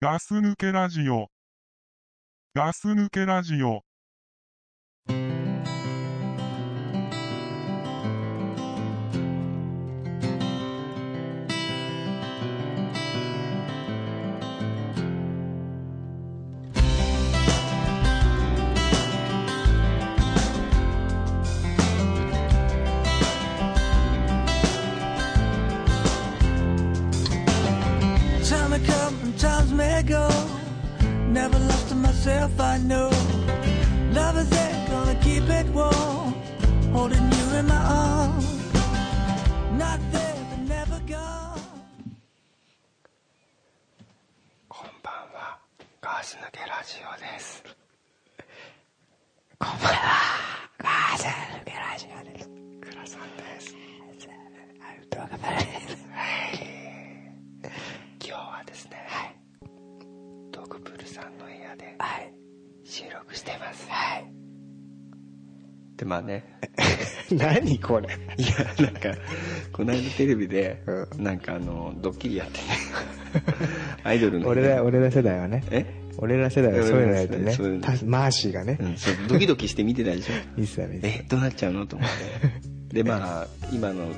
ガス抜けラジオ。ガス抜けラジオ。 Time may come and times may go. Never lost to myself, I know. Love is it, gonna keep it warm. Holding you in my arms. Not there, but never gone. こんばんは、ガス抜けラジオです。こんばんは、ガス抜けラジオです。くらさんです。アウトガバです。はい。今日はですね、はい。ドクプルさんの部屋で、はい。収録してます。はい。で、まあね、 何これいや、なんか、この間テレビで、なんかあの、ドッキリやってね、 アイドルの俺ら俺ら世代はねえ俺ら世代はそういうのやると俺ら世代そういうねのたマーシーがねうん、そうドキドキして見てたでしょ 見てた見てたえどうなっちゃうのと思ってでまあ今のもう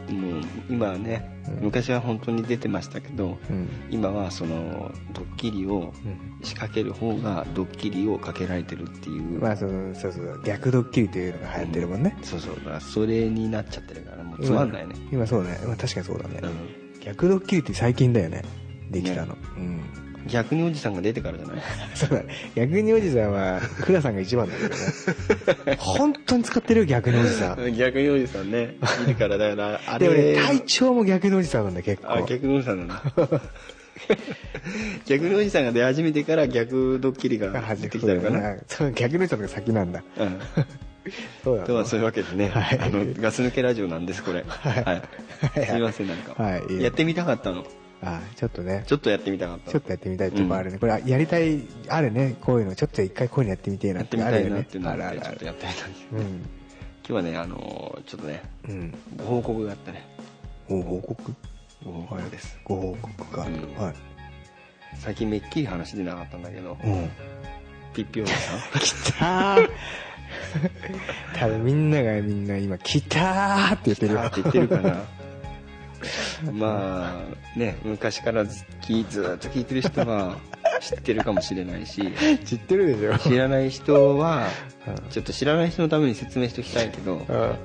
今はね、昔は本当に出てましたけど、うん今はそのドッキリをうん仕掛ける方がドッキリをかけられてるっていう、まあそのそうそう逆ドッキリというのが流行ってるもんねそうそうだからそれになっちゃってるからもうつまんないね、今今そうねまあ確かにそうだねうん、逆ドッキリって最近だよねできたのねうん逆におじさんが出てからじゃないそうだね逆におじさんは倉さんが一番だけどね本当に使ってるよ逆におじ さん逆におじさんね出てからだ からあでれもね体調も逆におじさんなんだ結あ構逆のおじさんなん だ逆のおじさんが出始めてから逆ドッキリが出てきたのかな、そう逆の人の方が先なんだ うん、そうだとはそういうわけでね、はいあのガス抜けラジオなんですこれ、はいはいすいませんなんか、はいいいよやってみたかったのあちょっとねちょっとやってみたかったのちょっとやってみたいとこあるね、これやりたいあるねこういうのちょっと一回こういうのやってみてえやなっっててみあたるいよなっねていうのあはるあるちょあっとるやってみたんですけど、う今ん日はねあのーちょっとねうんご報告があったねご報告ご報告です、ご報告か、うんはい最近めっきり話出なかったんだけど、うんピッピおじさんきた ー多分みんながみんな今「きたー」って言ってるよあーって言ってるか なまあね昔からずきずーっと聞いてる人は知ってるかもしれないし知ってるでしょ知らない人はうんちょっと知らない人のために説明しておきたいけうど、ん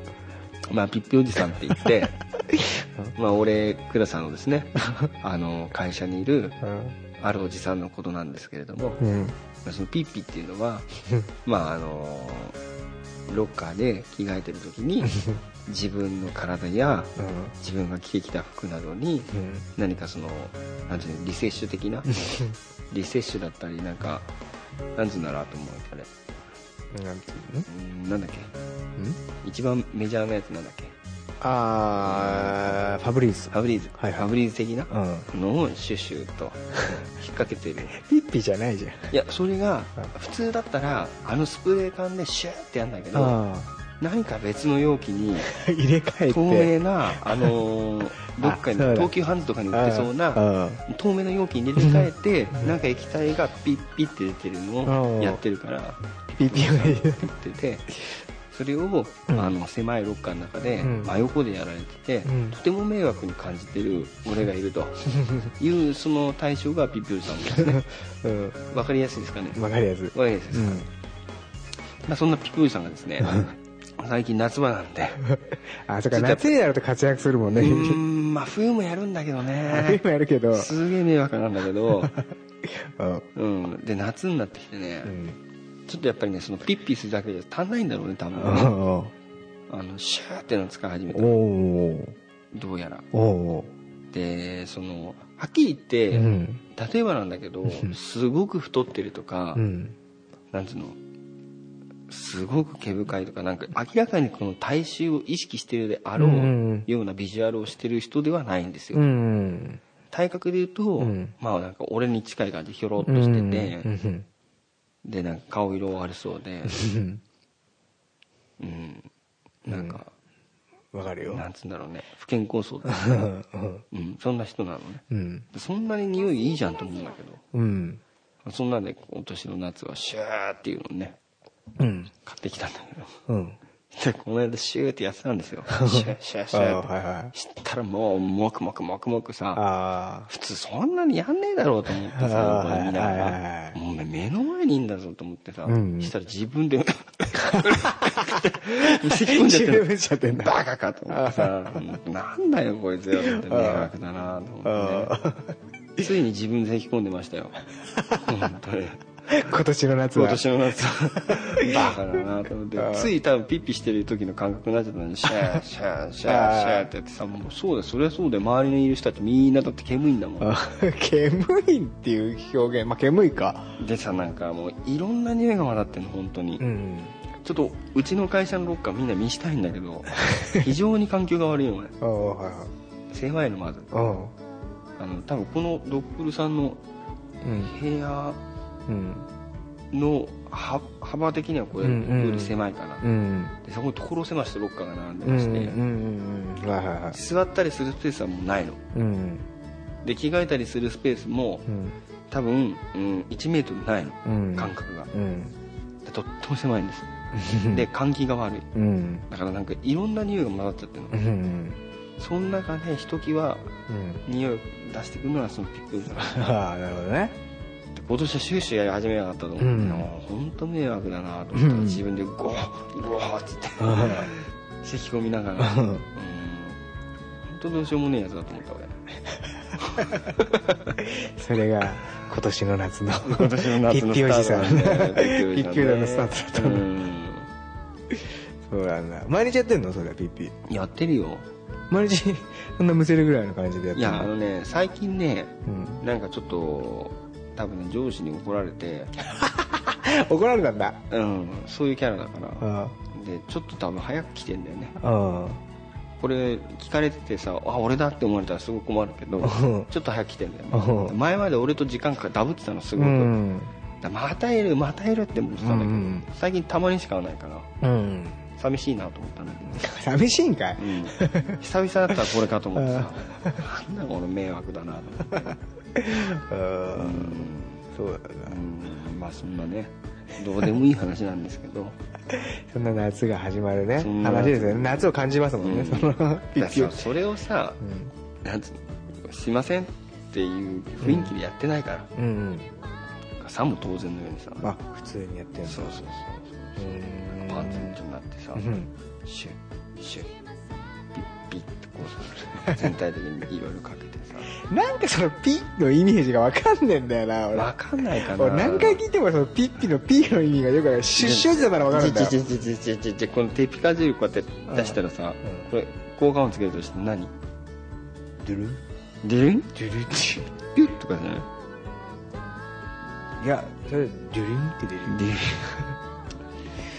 まあ、ピッピおじさんって言って まあ俺倉さんのですねあの会社にいるあるおじさんのことなんですけれどもうんそのピッピっていう のはまああのロッカーで着替えてる時 に自分の体やうん自分が着てきた服などにうん何かそのなんていうのリセッシュ的 なリセッシュだったりなんかなんつうんだろうなと思うあれなんていううんなんだっけのん一番メジャーなやつなんだっけあーファブリーズファブリーズ、はいはいファブリーズ的なうのをシュシュと引っ掛けてるピッピじゃないじゃんいやそれがい普通だったらあのスプレー缶でシューってやんないけどあ何か別の容器にー入れ替えて透明なあのーどっかにあそうだ東急ハンズとかに売ってそうなうん透明な容器に入れ替えてなんか液体がピッピッて出てるのうをんやってるからピッピが入れ言っててそれを、うんあの狭いロッカーの中でうん真横でやられてて、うんとても迷惑に感じてる俺が いるというその対象がピッピューさんですねうんわかりやすいですかねわわかるやつ。かりやすいですうか、ん。まあ、そんなピッピューさんがで すね最近夏場なんであ、そっか、夏になると活躍するもんね。うー んまあ冬もやるんだけどね今やるけど。すげえ迷惑なんだけど、うん。うん、で夏になってきてね、うん。ちょっとやっぱりねそのピッピするだけじゃ足んないんだろうね多分ねおあのシューってのを使い始めおたおどうやらおおでそのはっきり言って、ーうん。例えばなんだけどうんすごく太ってるとか、うん。なんつうのすごく毛深いとかなんか明らかにこの体臭を意識してるであろうんううんようなビジュアルをしてる人ではないんですよ、うん。体格で言うと、んまあなんか俺に近い感じひょろっとうん。してて、うん。でなんか顔色悪そうでうんうんなんか、わかるよ。なんつうんだろうね不健康そうだ、うん。うん、そんな人なのねうん。そんなに匂いいいじゃんと思うんだけどうん。そんなんで今年の夏はシューっていうのをねうん。買ってきたんだけど うん。でこの間シューってやってたんで すよシューシューシューあっーて、はいはいしたらもうもくもくもくもくさあ普通そんなにやんねえだろうと思ってさあーこれ見ながはいはいはらいもうね目の前にいんだぞと思ってさ、うんしたら自分で見 あ。せ込んじゃってるちゃってんだ。バカかと思ってさなんだよこいつよって迷惑だなと思あって、ね、ついに自分で咳き込んでました よ本当に 今年の夏今は。年の夏 バカだなと思ってつい多分ピッピしてる時の感覚になっちゃったのにシャ ーシャーシャーシャーってやってさもうそうだよそりゃそうだよ周りにいる人たちみんなだって煙いんだもんあ 煙いっていう表現。まあ、煙いか。でさなんかもういろんな匂いが混ざってんの本当に、ん。ちょっとうちの会社のロッカーみんな見したいんだけ ど非常に環境が悪いのねああ、はいはい。狭いのまずうん。あの多分このドップルさんのうん。部屋うん。のは幅的にはこれうよんうんり狭いかな、うん。でそこに所狭しとロッカーが並んでうん。うまんして、うん。うん。はいはいはい。座ったりするスペースはもうないのうん。で着替えたりするスペースもうん。多分、うん、1メートルないのうん。間隔がうん。でとっても狭いんですで換気が悪いうん。だからなんかいろんな匂いが混ざっちゃってるのうん。その中でひときわうん。匂いを出してくるのはそのピックルだなああ、なるほど ね。今年はシューシューやり始めやがったと思って、うん本当迷惑だなと思ったらうん自分でゴーゴーっつって 咳き込みながらうん本当どうしようもねえやつだと思った俺それが今年の夏の。今年の夏のピッピおじスタさんートなんだよ。ピッピおじさんのスタートだったんだうん そうなんだ。毎日やってんのそれ、ピッピ。やってるよ毎日、そんなむせるぐらいの感じでやっいてんやあののね最近ねうん。なんかちょっと多分ね上司に怒られて、怒られたんだ。うん、そういうキャラだからあでちょっと多分早く来てんだよねあ。あこれ聞かれててさあ俺だって思われたらすごい困るけどんちょっと早く来てんだよ、うね、ん前まで俺と時間かダブってたのすあ。ごく、うん。だまたいるまたいるって思ってたんだけど、うん最近たまにしか会わないからうん。寂しいなと思ったんだけど寂しいんかいうん、久々だったらこれかと思ってさなんだこの迷惑だなと 思ってうん。そうだうな。んまあそんなねどうでもいい話なんですけどそんな夏が始まるねそん。な話ですよね。夏を感じますもんうんね。その、ピッだピかをら。それをさうん「なんつうのすいません」っていう雰囲気でやってないから、うんうん。さも当然のようにさあ、普通にやってるんだそうそうそうそううーんパンツ一丁になってさ、うんシュッシュッピッピッってこう全体的にいろいろかけてさなんかそのピッのイメージがわかんねえんだよな、俺。わかんない かな俺何回聞いてもそのピッピのピーの意味がよくわかる。シュッシュッてならわかるんだよ。ちちちちちちちこのテピカ汁こうやって出したらさ、うんこれ効果音つけるとして何ドゥルンドゥルンドゥルンピュッとかじゃないいや、それ、ドゥリンって出る。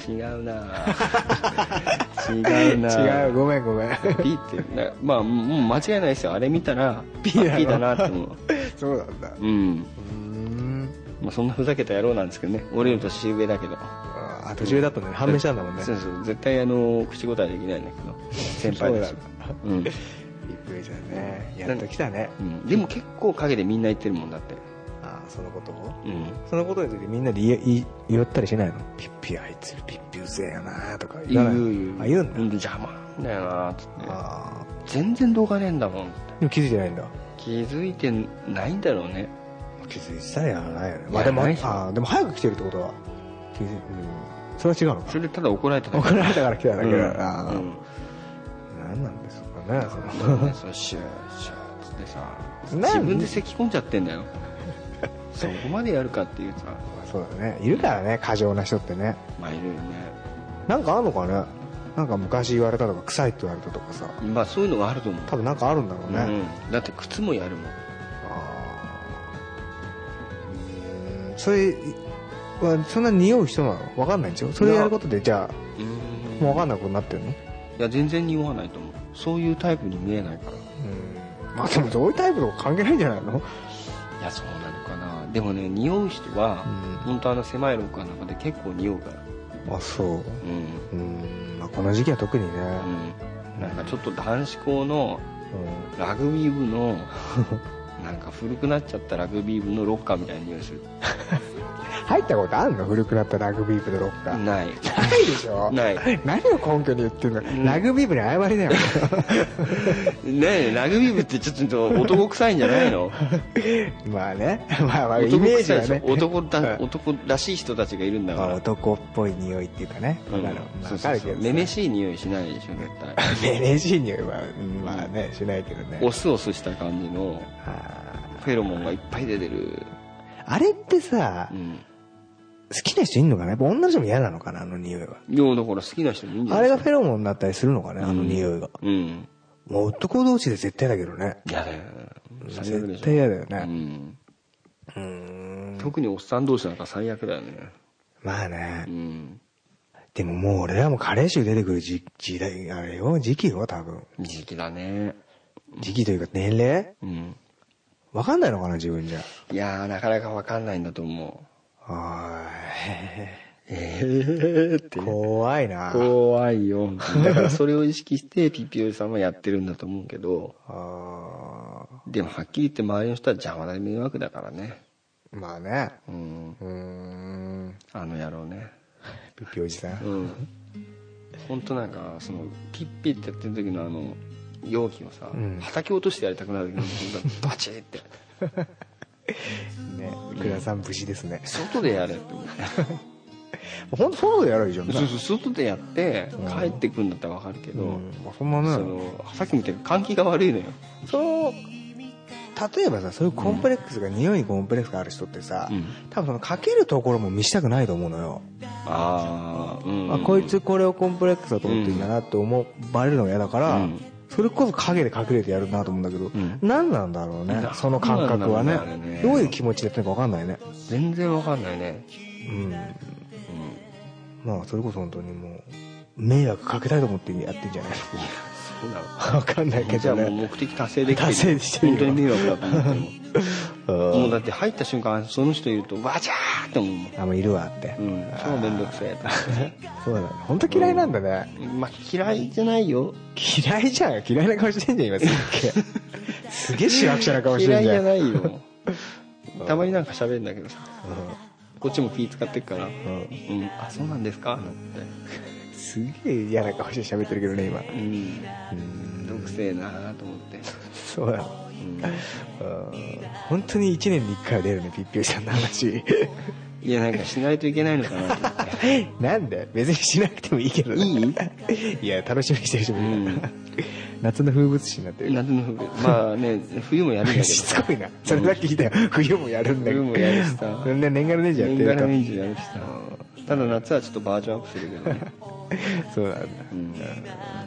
違うなぁ違うなぁ違う、ごめんごめん。ピーってなまあもう間違いないですよあれ見たらピーだなーだなって思うそうなんだ。ううん、ーん。まあ、そんなふざけた野郎なんですけどね俺より年上だけどああ、途中だったんだね。判明したんだもんね。そうそう絶対あの口答えできないんだけど先輩だしそううんびっくりしたね。やっと来たね。うん、でも結構陰でみんな言ってるもんだってああ、そのことをうんそのことについてみんなで言え言言ったりしないのピッピあいつピッピうぜえよなとか言わないう言うあ、言うんだ。ん邪魔なんだよなっつってあ全然動画ねえんだもんってあ。でも気づいてないんだ。気づいてないんだろうね気づいてたらやらないよね。いまやあでも、なあいっすよーでも早く来てるってことは。気づいうん。それは違うのそか。れでただ怒られてた怒られたから来ただけうだんから。あうーん何なんですかね、そ そうねそうシューシューっつってさなん自分で咳き込んじゃってんだよそこまでやるかっていうさの。そうだね。いるからね、過剰な人ってね。まあいるよねなんかあんのかねなんか昔言われたとか、臭いって言われたとかさ。まあそういうのがあると思う多分なんかあるんだろうね。うん、だって靴もやるもんあーうーんそれはそんな匂う人なのわかんないんですよそれやることでじゃあもうわかんなくなってるのういや全然匂わないと思うそういうタイプに見えないからんまあでもどういうタイプとか関係ないんじゃないのいやそうなのかなでもね匂う人は、本当あの狭い廊下の中で結構匂うからあそううん、うん、まあ、この時期は特にね、 うん、なんかちょっと男子校のラグビー部のななんか古くなっちゃったラグビー部のロッカーみたいな匂いする入ったことあんの古くなったラグビー部のロッカーなないいでしょない何を根拠に言ってんのラグビー部に謝りだ よねえラグビー部ってちょっと男臭いんじゃないのまあねまあまあイ男メージ臭いはでしょね 男だ男らしい人たちがいるんだまかあら男っぽい匂いっていうかねうわんかるそうわかそうるそけうどめめしい匂いしないでしょ絶対めめしい匂いはうんまあねしないけどね オスオスした感じのあフェロモンがいっぱい出てる、ーあれってさうん、好きな人いんのかなやっぱ女の人も嫌なのかなあの匂いは。いやだから好きな人もいいんじゃあないれでがすフェロモンになったりするのかね、かあの匂いが。うんもう男同士で絶対だけどね。嫌だよ最悪で絶しょ対嫌だようね。んうーん。特におっさん同士なんか最悪だよねまあねう。んでももう俺らも加齢臭出てくる時時代、あれよ、時期よ、多分。時期だね時期というか年齢うんわかんないのかな、自分じゃ。いやーなかなか分かんないんだと思はうええってーい。怖いな。怖 いよ本当にだからそれを意識してピピオリさんはやってるんだと思うけどあでもはっきり言って周りの人は邪魔だ迷惑だからねーまあね。うんうーん。あの野郎ねピッピおじさ。うんん本当なんかそのピッピってやってる時のあの容器をさ、うん畑落としてやりたくなる時のバチってね。倉さん無事ですね。外でやれって思うほんとそうでやろうよ、じゃん。そうそう外でやってん帰ってくるんだったら分かるけど、うんまあ、そんなねそのさっきみたいに換気が悪いのよその例えばさそういうコンプレックスが、匂いにコンプレックスがある人ってさ、うん多分そのかけるところも見したくないと思うのよ、ああうんあこいつこれをコンプレックスだと思ってるんだなって思う、バレるのが嫌だから、うんそれこそ影で隠れてやるなと思うんだけど、ん何なんだろうねなその感覚はねなんなんだろうねどういう気持ちでやってるのか分かんないね全然分かんないねうんまあそれこそ本当にもう迷惑かけたいと思ってやってんじゃない そうなのの分かんないけじゃどあもうね目的達成できてる達成してるよ本当に迷惑だと思ってうんももうだって入った瞬間その人いるとわちゃーって思うもんあもういるわって、うん超面倒くさいや そうだね本当嫌いなんだね、つまあ嫌いじゃないよ嫌いじゃん嫌いな顔してんじゃん今すっ げえすげえしわくちゃな顔して嫌んいじじゃゃんないよたまになんか喋るんだけどさこっちも気使ってっからうん「うんうんあそうなんですか?」なんてすげえ嫌な顔して喋ってるけどね今うん面倒くせえなーと思ってそうだうんうん本当に1年に1回は出るねピッピューさんの 話いやなんかしないといけないのかなと思ってなんで別にしなくてもいいけどねいや楽しみにしてる人もいるから、夏の風物詩にな ってるか夏の冬まあね冬もやるんだけらどしつこいなそれだけ聞いたよ冬もやるんだけど冬もやるしさそんな年がら年中やって年がらる年中やるしさただ夏はちょっとバージョンアップするけどね、とそうなんだ、うん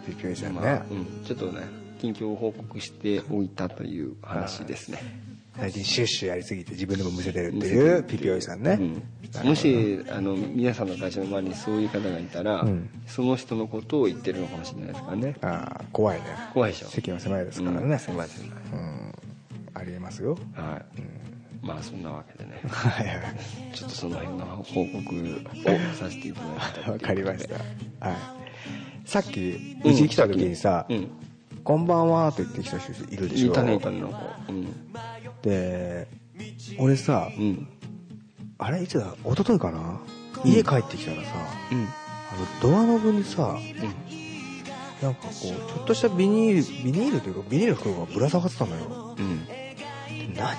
ピッピューさんね、まあうん、ちょっとね近況を報告しておいたという話ですね最近シュッシュやりすぎて自分でもむせてるっていうピピおじさんね、うん、もしあの皆さんの会社の周りにそういう方がいたら、うんその人のことを言ってるのかもしれないですからねああ怖いね怖いでしょ席は狭いですからね、うん狭い狭いうんありえますよはい、まあそんなわけでねはいはいちょっとその辺の報告をさせていただいたっていうことでわかりましたはいさっきうんうち来た時にさ「うんこんばんは」って言ってきた人いるでしいょたねいたねなんかうんで俺さうんあれいつだ一昨日かな家帰ってきたらさ、うんあのドアノブにさなんかこうちょっとしたビニールビニールというかビニールの袋がぶら下がってたのようん何これと思っ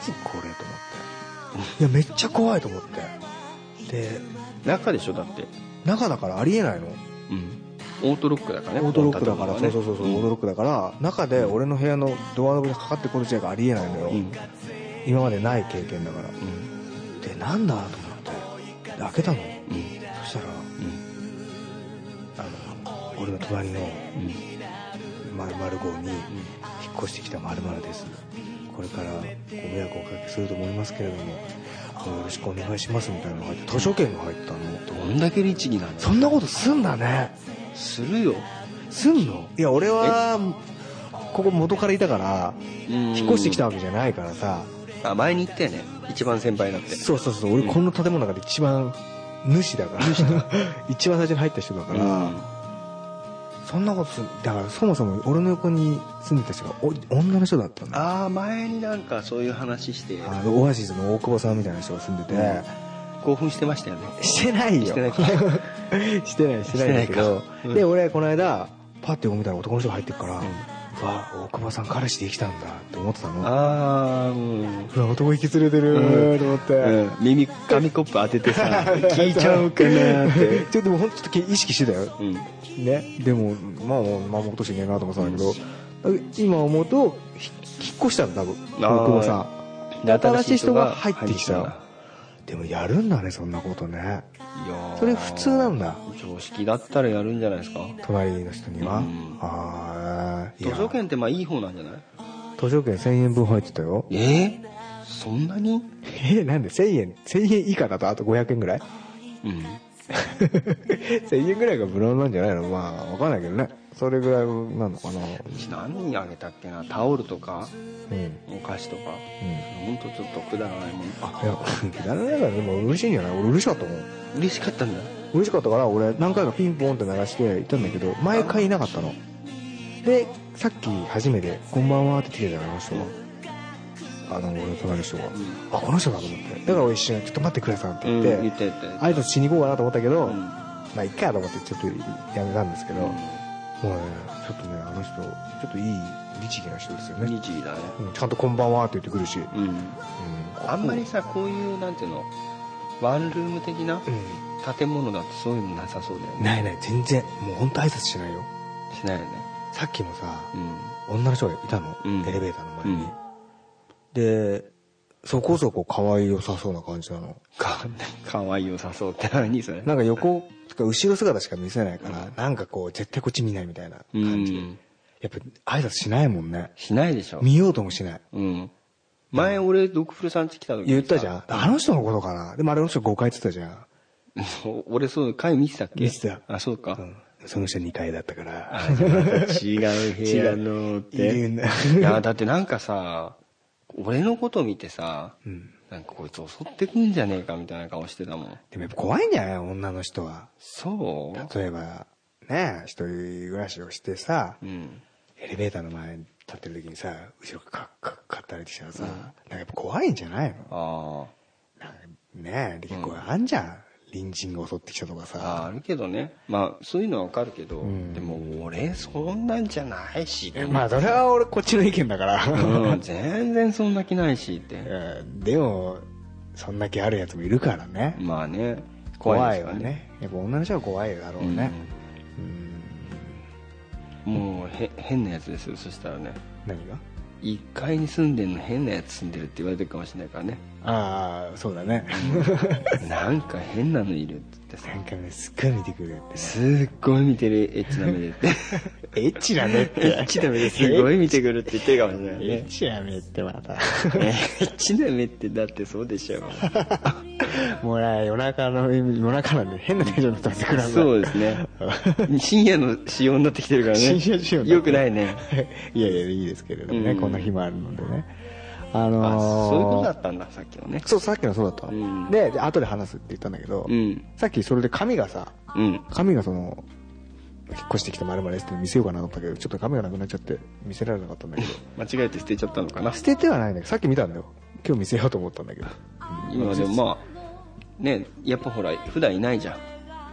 ていやめっちゃ怖いと思ってで中でしょだって中だからありえないのうんオートロックだからねオートロックだから、こそのうそうそうそう、オートロックだから中で俺の部屋のドアノブにかかってくる違いがありえないのよ、うん今までない経験だからうんでなんだと思ってで開けたのうんそしたらあの俺の隣のうんうん丸々号に引っ越してきた丸々ですこれからご迷惑をおかけすると思いますけれどもあのよろしくお願いしますみたいなのが入って図書券が入ったのどんだけ律儀なんだそんなことすんだねするよすんのいや俺はここ元からいたから引引っ越してきたわけじゃないからさあ前に行ったよね一番先輩だってそうそうそう俺この建物の中で一 番主だから一番最初に入った人だから、うんそそんなことするだからそもそも俺の横に住んでた人がお女の人だったんだああ前になんかそういう話してあのオアシズの大久保さんみたいな人が住んでて、興奮してましたよね してないよしてないしてないしてないんだけどしてないかうんで俺この間パッて見たら男の人が入ってくから、んわ大久保さん彼氏できたんだって思ってたのああうんうわ男引き連れてると思って、うん耳紙コップ当ててさ 聞いちゃうかなって ちょっとでも本当ちょっと意識してたようんねでもまあもうまあもう年いねえなと思ってたんだけど、今思うとひ引っ越したんだ多分あー大久保さんで新しい人が入ってきたんよだでもやるんだねそんなことねいやーそれ普通なんだ常識だったらやるんじゃないですか隣の人には、うんああ図書券ってまあいい方なんじゃない図書券1000円分入ってたよ えー、そんなにえなんで1000円1000円以下だとあと500円ぐらい うん1000円ぐらいが無料なんじゃないのまあわかんないけどねそれぐらいなのかな何あげたっけなタオルとかうんうんお菓子とか本当ちょっとくだらないもんあいや くだらないからでも嬉しいんじゃない俺嬉しかったもん嬉しかったんだ嬉しかったから俺何回かピンポンって鳴らして行ったんだけど毎回いなかったのでさっき初めて「こんばんは」って来てたよあの人があの俺の隣の人が「あこの人だ」と思ってだから俺一瞬「ちょっと待ってください」って言言っ、ってて言ってって挨拶しに行こうかなと思ったけど、うんまあいっかと思ってちょっとやめたんですけど、もうねちょっとねあの人ちょっといい律儀な人ですよね、日時だねうんちゃんと「こんばんは」って言ってくるし、うん、うんあんまりさこういうなんていうのワンルーム的なう建物だとそういうのなさそうだよんねないない全然もう本当挨拶しないよしないよねさっきもさうん女の人がいたの、うんエレベーターの前に、うんでそこそこ可愛い良さそうな感じなのかかわいいよさそうって何それなんか横とか後ろ姿しか見せないから、なんかこう絶対こっち見ないみたいなう感じ、んやっぱ挨拶しないもんねしないでしょ見ようともしないうん前俺ドクフルさん家来た時にさ言ったじゃん。あの人のことかな。でもあれの人5回って言ったじゃん。お 俺そう回見てたっけ見てたあそうか、うん。その人2回だった から。あじゃあまた違う部屋の違っうてんだいやだってなんかさ俺のこと見てさ、んなんかこいつ襲ってくんじゃねえかみたいな顔してたもんでもやっぱ怖いんじゃない女の人は。そう例えば、ねえ、一人暮らしをしてさ、うんエレベーターの前に立ってる時にさ、後ろからカッカッカッって歩いてきたらさ、なんかやっぱ怖いんじゃないのあーなんかねえ、結構あんじゃん。隣人が襲ってきたとかあーあさ。るけどねまあそういうのはわかるけど、んでも俺そんなんじゃないし、えまあそれは俺こっちの意見だから。うん、全然そんな気ないしってえーでも、そんだけあるやつもいるからね。まあね怖いですわからねやっぱ女の人は怖いだろうね、もうへ変なやつですよそしたらね何が1階に住んでんの変なやつ住んでるって言われてるかもしれないからねああそうだねなんか変なのいるって言ってさなんかねすっごい見てくるやってすっごい見てるエッチな目でって エッチだねっエてッチな目ですごい見てくるって言ってるかもしれないエねッチやめってまたエッチな目ってだってそうでしょもうね夜中の夜中なんで変なテンションの人が来るそうですね深夜の仕様になってきてるからね深夜仕様になよってくるないね いやいやいいですけれどもね、うんこんな日もあるのでねああのーそういうことだったんださっきのねそうさっきのそうだったの、うんでで後で話すって言ったんだけど、うんさっきそれで髪がさうん髪がその引っ越してきたまるまるって見せようかなと思ったけどちょっと髪がなくなっちゃって見せられなかったんだけど間違えて捨てちゃったのかな捨ててはないんだけどさっき見たんだよ今日見せようと思ったんだけど今でもまあねやっぱほら普段いないじゃんあ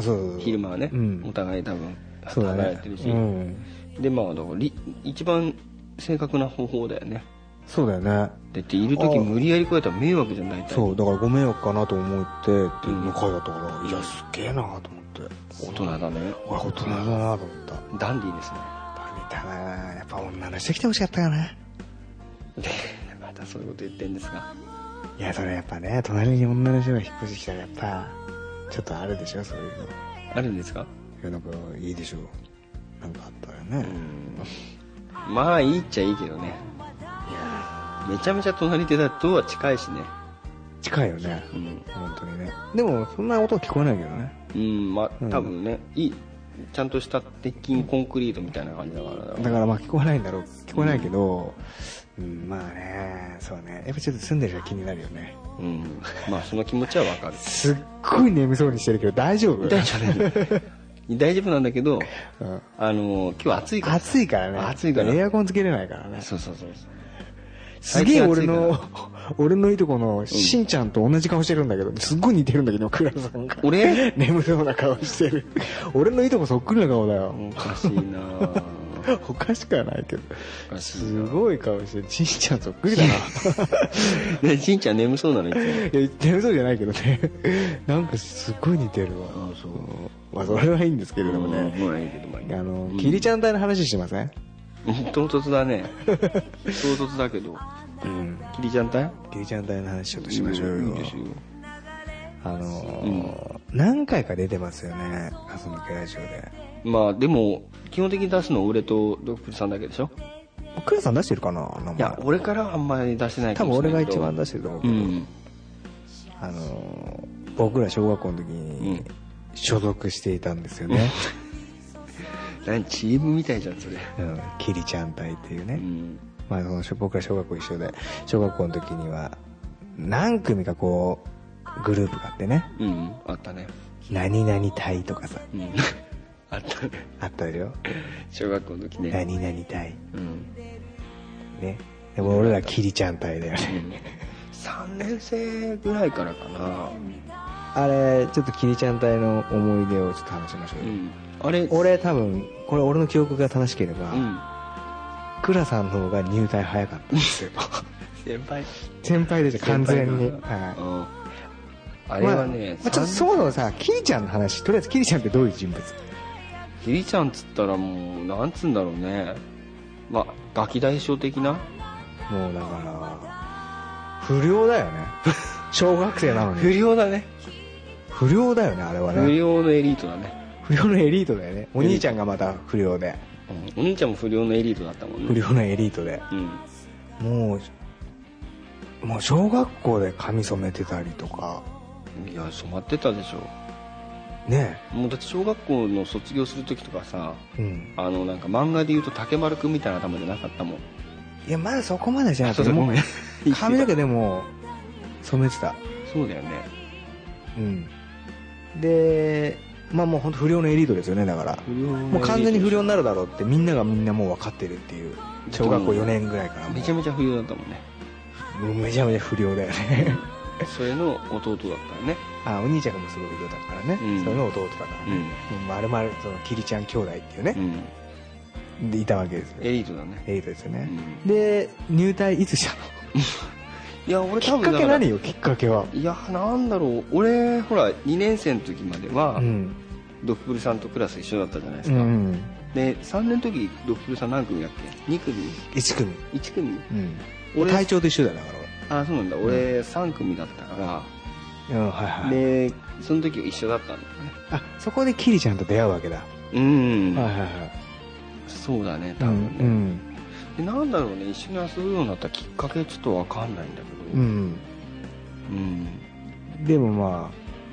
そうそうそう昼間はね、うんお互い多分そうだ働いねてるし、うんでまあだからり一番正確な方法だよねそうだよねだっている時あ無理やりこうやったら迷惑じゃないとそうだからご迷惑かなと思ってっていうの回だったから、いやすげえなと思って大人だね俺大人だなと思ったダンディーですね見たなやっぱ女の人来てほしかったよねでまたそういうこと言ってんですがいやそれやっぱね隣に女の人が引っ越してきたらやっぱちょっとあるでしょそういうのあるんですかいやなんかいいでしょうなんかあったよね、まあいいっちゃいいけどねめちゃめちゃ隣手だとは近いしね近いよね、うん、本当にねでもそんな音は聞こえないけどねうん、まあん多分ね、いいちゃんとした鉄筋コンクリートみたいな感じだからだだからまあ聞こえないんだろう聞こえないけど、うんまあねそうねやっぱちょっと住んでる人は気になるよね うんまあその気持ちはわかるすっごい眠そうにしてるけど大丈夫大丈夫 大丈夫なんだけど、うんあの、今日暑いから。暑いからね暑いからエアコンつけれないからねそうそうそうそう。すげえ俺最近暑のいか 俺のいとこのしんちゃんと同じ顔してるんだけどすっごい似てるんだけど倉さんが俺眠そうな顔して る俺のいとこそっくりな顔だよらおかしいなぁおかしくはないけどおかしいすなごい顔してるしんちゃんそっくり だな ね、しんちゃん眠そうなのいつも。いや眠そうじゃないけどねなんかすっごい似てるわあそうまあそれはいいんですけれどもうんねまあいいけど、まあいいあのキリちゃん隊の話してませんうん唐突だ ね。唐突だけど。うんキリちゃん隊キリちゃん隊の話ちょっとしましょうよいいですよ。あのー何回か出てますよね朝向けラジオでまあでも、基本的に出すの俺とドックさんだけでしょクラさん出してるかな名前いや、俺からはあんまり出してない多か分もし俺れながいけ一ど番出してると思うけうど、ん。あのー僕ら小学校の時うにん所属していたんですよね、何チームみたいじゃん、それ。うん、キリちゃん隊っていうね、うん。まあ、その僕ら小学校一緒で小学校の時には何組かこうグループがあってねうん。あったね。何々隊とかさ うん。あったね。あったでしょ小学校の時ね。何々隊うん。ねでも俺らキリちゃん隊だよね3年生ぐらいからかな。あれちょっとキリちゃん隊の思い出をちょっと話しましょううよ、ん。あれ、俺多分これ俺の記憶が正しければ、うん。クラさんの方が入隊早かったんですよ先輩。先輩でした完全に、先輩はいうん。あれまあはね、まあちょっとそもそもさキリちゃんの話とりあえずキリちゃんってどういう人物ひりちゃんっつったらもうなんつうんだろうねまあガキ大将的なもうだから不良だよ ね小学生なの不に良だね不良だよねあれは不ね良のエリートだね、不良のエリートだよねお兄ちゃんがまた不良でうん、お兄ちゃんも不良のエリートだったもんね不良のエリートでうんもうもう小学校で髪染めてたりとかいや染まってたでしょねもうだって小学校の卒業する時とかさうんあのなんか漫画で言うと竹丸くんみたいな頭じゃなかったもんいやまだそこまでじゃなくそてうだもごう め ん髪の毛でも染めてたそうだよねうんでまあもう本当不良のエリートですよねだから不良のエリートもう完全に不良になるだろうってみんながみんなもう分かってるっていう小学校4年ぐらいからもうめちゃめちゃ不良だったもんねもうめちゃめちゃ不良だよねそれの弟だったよね あお兄ちゃんもすごい不良だからね、うんそれの弟だからうね、もう丸々そのキリちゃん兄弟っていうねん、、うん、でいたわけですよエリートだねエイトですよね、うで入隊いつしたのいや俺き多っ分だからけ何よきっかけはいやなんだろう俺ほら2年生の時までは、うんドッフルさんとクラス一緒だったじゃないでうすか、んで3年の時ドッフルさん何組だっけ2組1組、 1組うん、俺隊長と一緒だよだかあそうなんだ俺3組だったから俺うんはいら、はい、でその時は一緒だったんだよねあそこでキリちゃんと出会うわけだ、うん、はいはいはいそうだねう多ん分ね、でなんだろうね一緒に遊ぶようになったきっかけちょっとわかんないんだけうどん、うん、うん、でも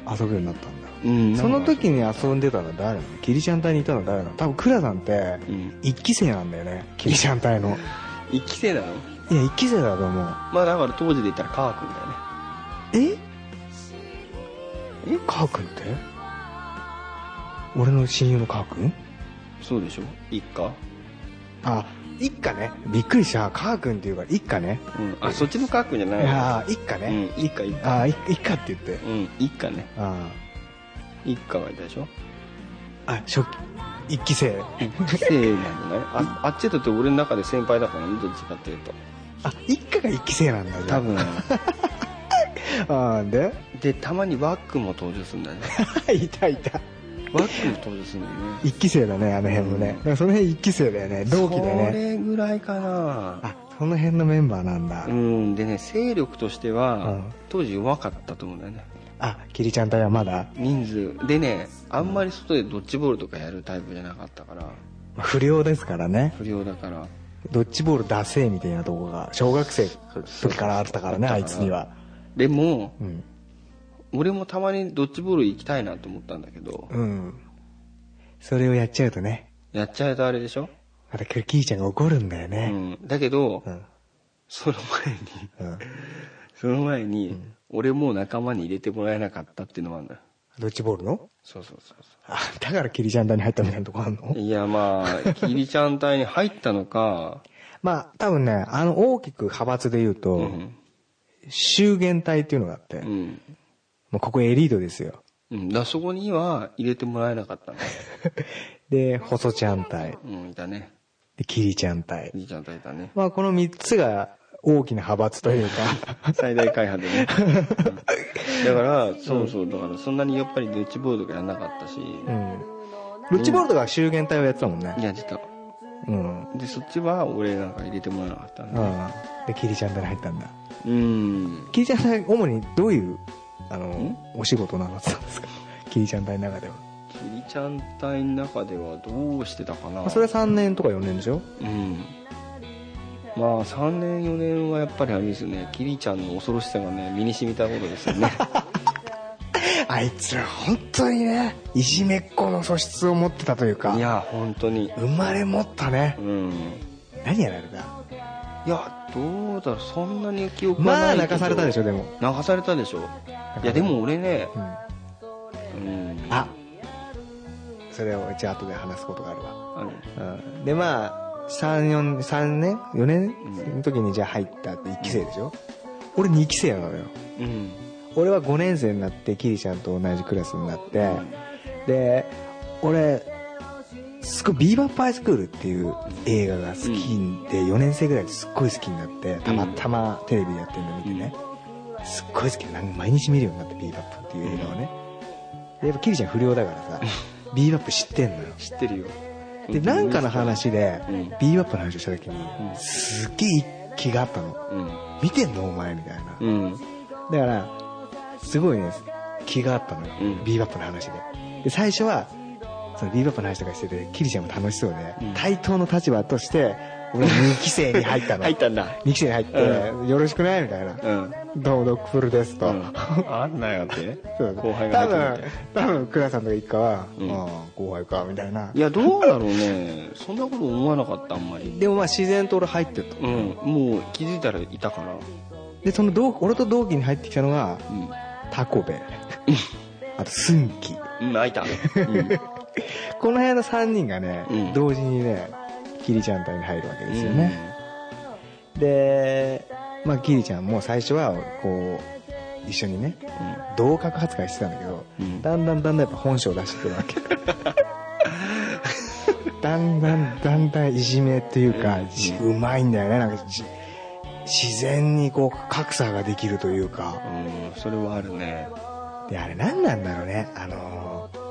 まあ遊ぶようになったんだうんその時に遊んでたのは誰なのキリちゃん隊にいたのは誰なの多分クラさんってうん一期生なんだよねキリちゃん隊の1期生なのいや一期生だと思うまあだから当時で言ったらカー君だよねええカー君って俺の親友のカー君そうでしょ一家あ一家ねびっくりしたカー君っていうから一家ねうんあそっちのカー君じゃいないのやー一家ね、うん一家一家あーい一家って言ってうん一家ねあ一家がいたでしょーあ初期一期生一期生なんじゃないああっちだって俺の中で先輩だからねどっちかっていうとあ一家が一期生なんだじゃあ多分あーで でたまにワックも登場するんだよね いたいたワックも登場するんだよね一期生だねあの辺もね、その辺一期生だよね同期だよそねれぐらいかなあその辺のメンバーなんだ、うんでね勢力としては、うん当時弱かったと思うんだよねあキリちゃん隊はまだ人数でねあんまり外でドッジボールとかやるタイプじゃなかったからまあ不良ですからね不良だからドッジボールダセーみたいなとこが小学生の時からあったからねあいつにはでもうん、俺もたまにドッジボール行きたいなと思ったんだけど、うん、それをやっちゃうとねやっちゃうとあれでしょ、またキリちゃんが怒るんだようねん、だけど、うん、その前にうんその前に、俺もう仲間に入れてもらえなかったっていうのもあるのよドッジボールのそうそうそうそあ、だからキリジャンダに入ったみたいなとこあんのう。いや、まあ、キリちゃん隊に入ったのか、まあ、多分ね、あの、大きく派閥で言ううと、ん。修験隊っていうのがあって、うもん。うここエリートですよ。うん、だからそこには入れてもらえなかったの。で、細ちゃん隊、うん、いたね。で、キリちゃん隊キ。リちゃん隊いたね。まあ、この三つが大きな派閥という か、最大開発でね。うんだから、そうそう、だからそんなにやっぱりドッジボールとかやらなかったし、うん。ルッチボールとか修験隊をやってたもんね。やってた。うん。うん。で、そっちは俺なんか入れてもらえなかったね。で、キリちゃん隊に入ったんだ。うん。キリちゃん隊、主にどういう、あんの、お仕事をなさってたんですかキリちゃん隊の中では。キリちゃん隊の中ではどうしてたかまあな。それは3年とか4年でしょうん。まあ、3年、4年はやっぱりあれですよね。キリちゃんの恐ろしさがね、身に染みたことで すよね。あいつら本当にねいじめっ子の素質を持ってたというかいや、本当に。生まれ持ったねうん。何やられたいや、どうだろう、そんなに記憶がまなあいけど。泣かされたでしょでも、流されたでしょいやでも俺ね、うん、うん、あそれをじゃあ後で話すことがあるわ、あのうん、でまあ34 3年4年うんの時にじゃあ入ったって1期生でしょ俺2期生なのようん俺は5年生になってキリちゃんと同じクラスになってで俺すごい「ビーバップハイスクール」っていう映画が好きで4年生ぐらいですっごい好きになってたまたまテレビでやってるの見てねすっごい好きでなんか毎日見るようになって「ビーバップ」っていう映画をねでやっぱキリちゃん不良だからさ「ビーバップ」知ってんのよ知ってるよでなんかの話でうん「ビーバップ」の話をした時にうんすっげえ一気があったのうん見てんのお前みたいなうんだからすごいね気があったのよ、うんビーバップの話でで最初はそのビーバップの話とかしててキリちゃんも楽しそうで、うん対等の立場として俺2期生に入ったの 入ったんだ2期生に入って、うよろしくねみたいな、うんどうもドッグフルですと、あんなよってそう後輩が多入って分みて多分倉さんとか一家は、うんああ後輩かみたいないやどうだろうねそんなこと思わなかったあんまりでもまあ自然と俺入ってと、うんもう気づいたらいたからでその同俺と同期に入ってきたのがうんタコベあとスンキうん開いたうこの辺の3人がね、うん同時にねキリちゃん隊に入るわけんですよね、で、まあ、キリちゃんも最初はこう一緒にね同格扱いしてたんだけど、うんだんだんだんだんやっぱ本性を出してくるわ けだんだんだんだんいじめっていうか、うんじうまいんだよねなんかじ自然にこう格差ができるというかうん、うん、それはあるねであれ何なんだろうねあのー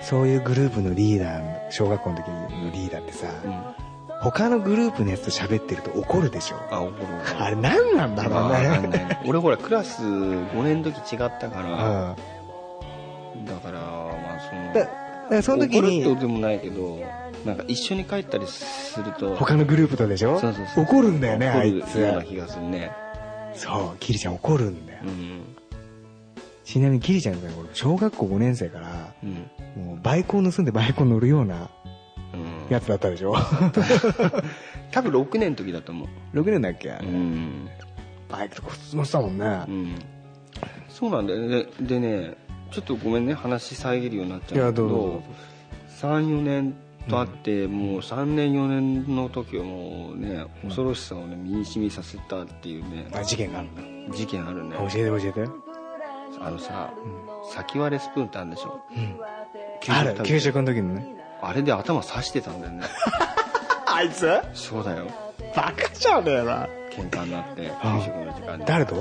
そういうグループのリーダー小学校の時のリーダーってさ、うん他のグループのやつと喋ってると怒るでしょあ怒る怒あるれ何なんだあろうわかんなねいね俺ほらクラス5年の時違ったかうら、んだからまあそだのだからその時怒るっにてことでもないけどなんか一緒に帰ったりすると他のグループとでしょそうそうそう怒るんだよねあい怒るようなつ気がするねそうキリちゃん怒るんだよ、うんちなみにキリちゃんが俺小学校5年生からうんもうバイクを盗んでバイクを乗るようなうんやつだったで しょ多分6年の時だと思う6年だっけ、うん、バイクとか乗ってたもんね、うん、そうなんだよねでねちょっとごめんね話遮るようになっちゃうんだけいやどうぞど34年とあって、もう3年4年の時はもうね恐ろしさをね身に染みさせたっていうねあ事件があるんだ事件あるね教えて教えて、あのさ、先割れスプーンってあるでしょ給食あ食べるて給食の時のねあれで頭刺してたんだよねあいつそうだよバカじゃねえな喧嘩になって給食の時間に誰とい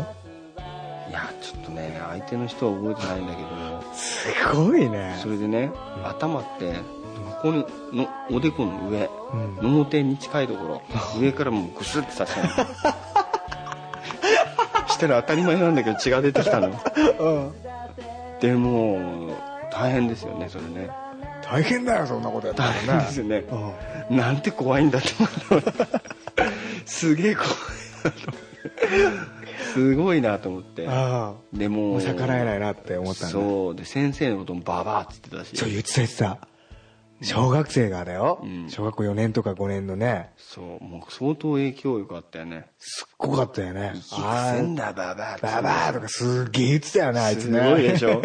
やちょっとね相手の人は覚えてないんだけどすごいねそれでね頭ってここにのおでこの上うんのもてに近いところ上からもうグスって刺した のしたら当たり前なんだけど血が出てきたのうんでもう大変ですよねそれね大変だよそんなことやった大ら変ですよねうんなんて怖いんだって思ったすげえ怖いなと思ってすごいなと思ってあであももう逆らえないななって思ったんだそうそうで先生のこともババアっつってたし言ってた言ってた小学生がだよ、うん小学校4年とか5年のねそうもう相当影響力あったよねすっごかったよね「生きあせんあだババア」ババアとかすっげえ言ってたよねあいつす ねごいでしょ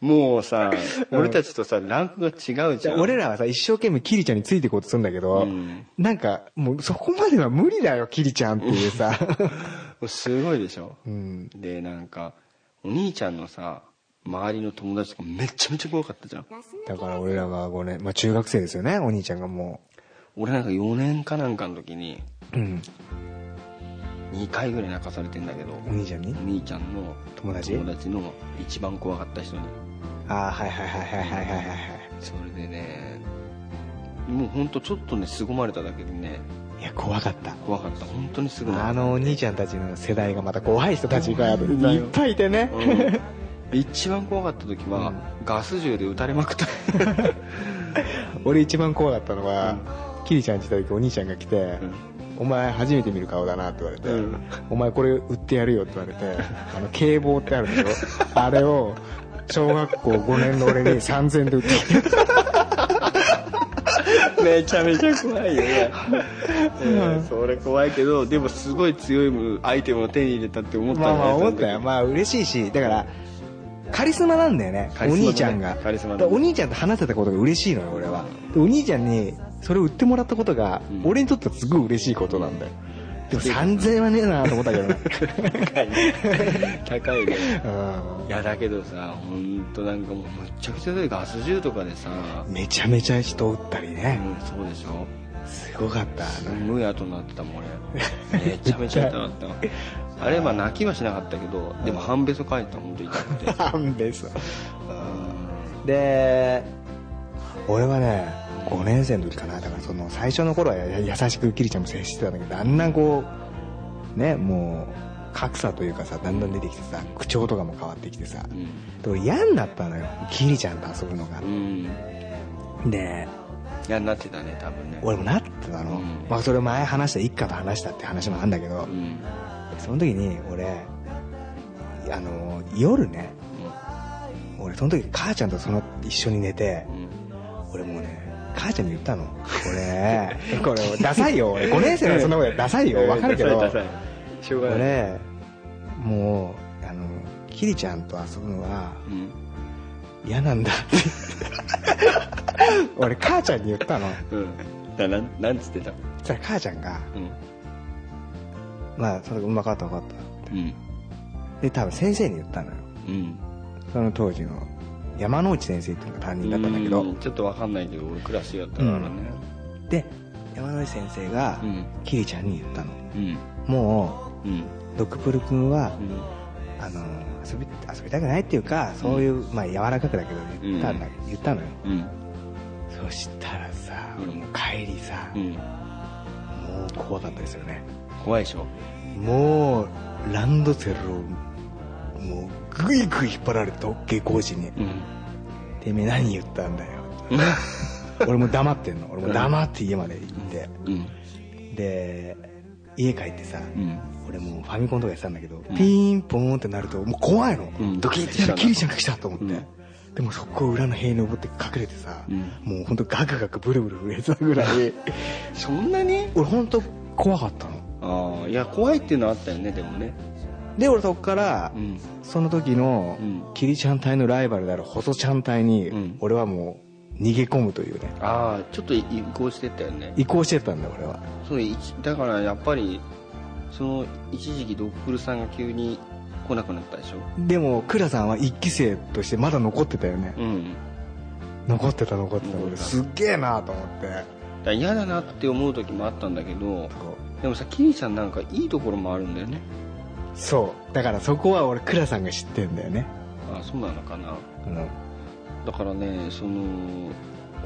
もうさ俺たちとさランクが違うじゃん俺らはさ、一生懸命キリちゃんについていこうとするんだけど、うんなんか、もうそこまでは無理だよ、キリちゃんっていうさ。すごいでしょうん。でなんかお兄ちゃんのさ周りの友達とかめちゃめちゃ怖かったじゃんだから俺らが5年、まあ中学生ですよね、お兄ちゃんがも俺なんか4年かなんかの時にう。うん。 2回ぐらい泣かされてんだけどお兄ちゃんにお兄ちゃんの友達友達の一番怖かった人にああ、はいはいはいはいはいはいはい。それでねもうほんとちょっとね凄まれただけでねいや、怖かった。怖かった本当にすぐ泣いたあのお兄ちゃんたちの世代がまた怖い人たちがいんだよっぱいいてね。うん一番怖かった時は、ガス銃で撃たれまくった 俺一番怖かったのは、キリちゃん来た時お兄ちゃんが来て、お前初めて見る顔だなって言われて、うんお前これ売ってやるよって言われ て、あの、警棒ってあるでしょあれを、小学校5年の俺に3000で売ってやる。めちゃめちゃ怖いよ ね、うんそれ怖いけどでもすごい強いアイテムを手に入れたって思ったまあねまあその思っ時たよ。まあ嬉しいし、だから、カリスマなんだよね。おカリスマだね兄ちゃんが。カリスマだねだからお兄ちゃんと話せたことが嬉しいのよ、俺は。でお兄ちゃんに、それを売ってもらったことが、ん俺にとってはすごい嬉しいことなんだよ。でも3000円はねえなと思ったけどね。 高いね 高いねうんいやだけどさ本当なんかもうむっちゃくちゃだよガス銃とかでさ、めちゃめちゃ人撃ったりうね、ん、そうでしょすごかったすごい後になってたもん俺めちゃめちゃ後に なったあれまあ泣きはしなかったけどでも半べそかいた本当痛く てなんでさで俺はね5年生の時かなだからその最初の頃はや優しくキリちゃんも接してたんだけどだんだんこうねもう格差というかさだんだん出てきてさ口調とかも変わってきてさで俺嫌になったのよキリちゃんと遊ぶのがうん、うん、いでやなってたね多分ね俺もなってたの、うんまあ、それ前話した一家と話したって話もあるんだけど、うんその時に俺あの夜ね俺その時母ちゃんとその一緒に寝てうん俺もうね母ちゃんに言ったの 俺これダサい よ俺5年生のそんなことダサいよわかるけ どダサいダサいしょうがない俺もうあのキリちゃんと遊ぶのはうん嫌なんだって 俺母ちゃんに言ったのうんだなんなんつってたそしたら母ちゃんがう「んまあそれうまかった分かったうん」で多分先生に言ったのようんその当時の山之内先生っていうのが担任だったんだけど、うちょっとわかんないけど俺クラスやったからねで山之内先生がうんキリちゃんに言ったのうんもうんうドクプル君はうんあの遊び遊びたくないっていうかそういう、まあ柔らかくだけど言ったんだ、言ったのようんそしたらさうん俺もう帰りさ、うんもう怖かったですよね怖いでしょもうランドセルをもうグイグイ引っ張られて下校時にうん「てめえ何言った んだよ」俺も黙ってんの俺も黙って家まで行ってうんで家帰ってさ、うん俺もうファミコンとかやってたんだけど、ピーンポーンってなるともう怖いの、うんドキッてしやべたんだキリちゃんが来たと思って、うんでもそこを裏の塀に登って隠れてさ、うんもうほんとガクガクブルブル震えてたぐらい そんなに俺ほんと怖かったのああいや怖いっていうのはあったよねでもねで俺そっから、うんその時の、うんキリちゃん隊のライバルである細ちゃん隊に、うん俺はもう逃げ込むというねああちょっと移行してったよね移行してったんだよ俺はそういちだからやっぱりその一時期ドッフルさんが急に来なくなったでしょでもクラさんは一期生としてまだ残ってたよね、うん残ってた残ってた残っ俺てたすっげえなと思ってだから嫌だなって思う時もあったんだけどこうでもさキリちゃんなんかいいところもあるんだよねそうだからそこは俺倉さんが知ってんだよねああそうなのかなうんだからねその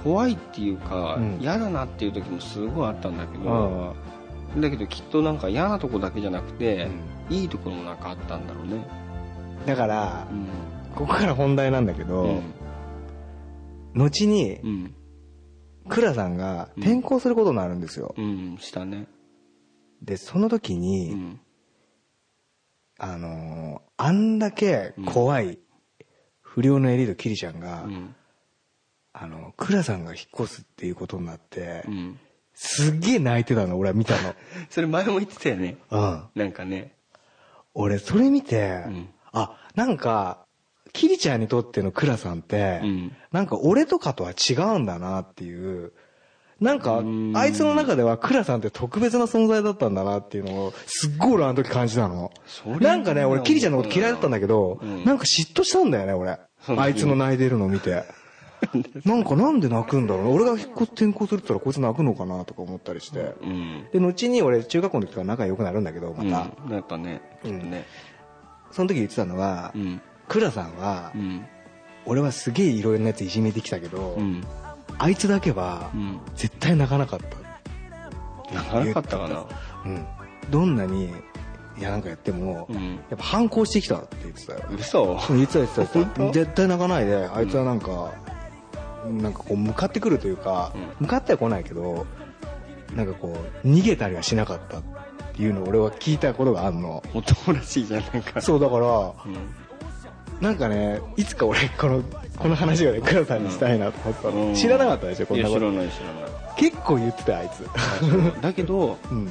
怖いっていうか、うん嫌だなっていう時もすごいあったんだけあどだけどきっとなんか嫌なとこだけじゃなくて、いいところもなんかあったんだろうねだからうんここから本題なんだけど、うん後にうん倉さんが転校することになるんですよ、うんしたねでその時うに、んあのーあんだけ怖い不良のエリートキリちゃんが、うんあの倉さんが引っ越すっていうことになって、うんすっげえ泣いてたの俺は見た それ前も言ってたよねのうんなんかね俺それ見て、うんあなんかキリちゃんにとってのクラさんって、うんなんか俺とかとは違うんだなっていう、なんかうーんあいつの中ではクラさんって特別な存在だったんだなっていうのを、すっごい俺あの時感じたのそ。れなんかね、俺キリちゃんのこと嫌いだったんだけど、うんなんか嫉妬したんだよね、俺。そうあいつの泣いてるのを見 て。なんかなんで泣くんだろうな俺が引っ越転校するって言ったらこいつ泣くのかなとか思ったりして。うんで、後に俺中学校の時から仲良くなるんだけど、まうんた。やっぱねちょっとねその時言ってたのはう、んクラさんはう、ん俺はすげえいろんなやついじめてきたけど、うんあいつだけはうん絶対泣かなかった、泣かなかったかなうん、どんなにいやなんかやっても、うやんっぱ反抗してきたって言ってたよ嘘言ってた言ってた言って本た当絶対泣かないであいつはなんか、なんかこう向かってくるというか、向かっては来ないけどなんかこう逃げたりはしなかったっていうのを俺は聞いたことがあん の男らしいじゃんなんかそうだからうんなんかねいつか俺このこの話をね倉さんにしたいなと思ってたの、うん知らなかったでしょこんいなやこ知とらない知らない結構言ってたあいつだけどうん、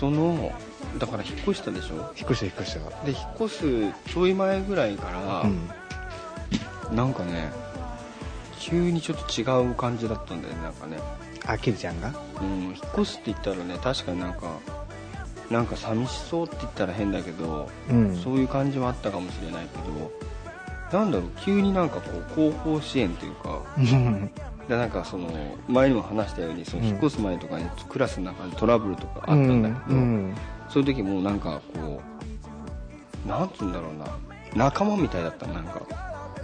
そのだから引っ越したでしょ引っ越した引っ越しで引っ越すちょい前ぐらいから、た、うん、なんかね急にちょっと違う感じだったんだよねなんかね、あきりちゃんがうん、引っ越すって言ったらね確かになんかなんか寂しそうって言ったら変だけど、うんそういう感じはあったかもしれないけどなんだろう急になんかこう後方支援というかでなんかその前にも話したようにそのうん引っ越す前とかにクラスの中でトラブルとかあったうんだけど、んそういう時もうなんかこうなんつうんだろうな仲間みたいだったなんか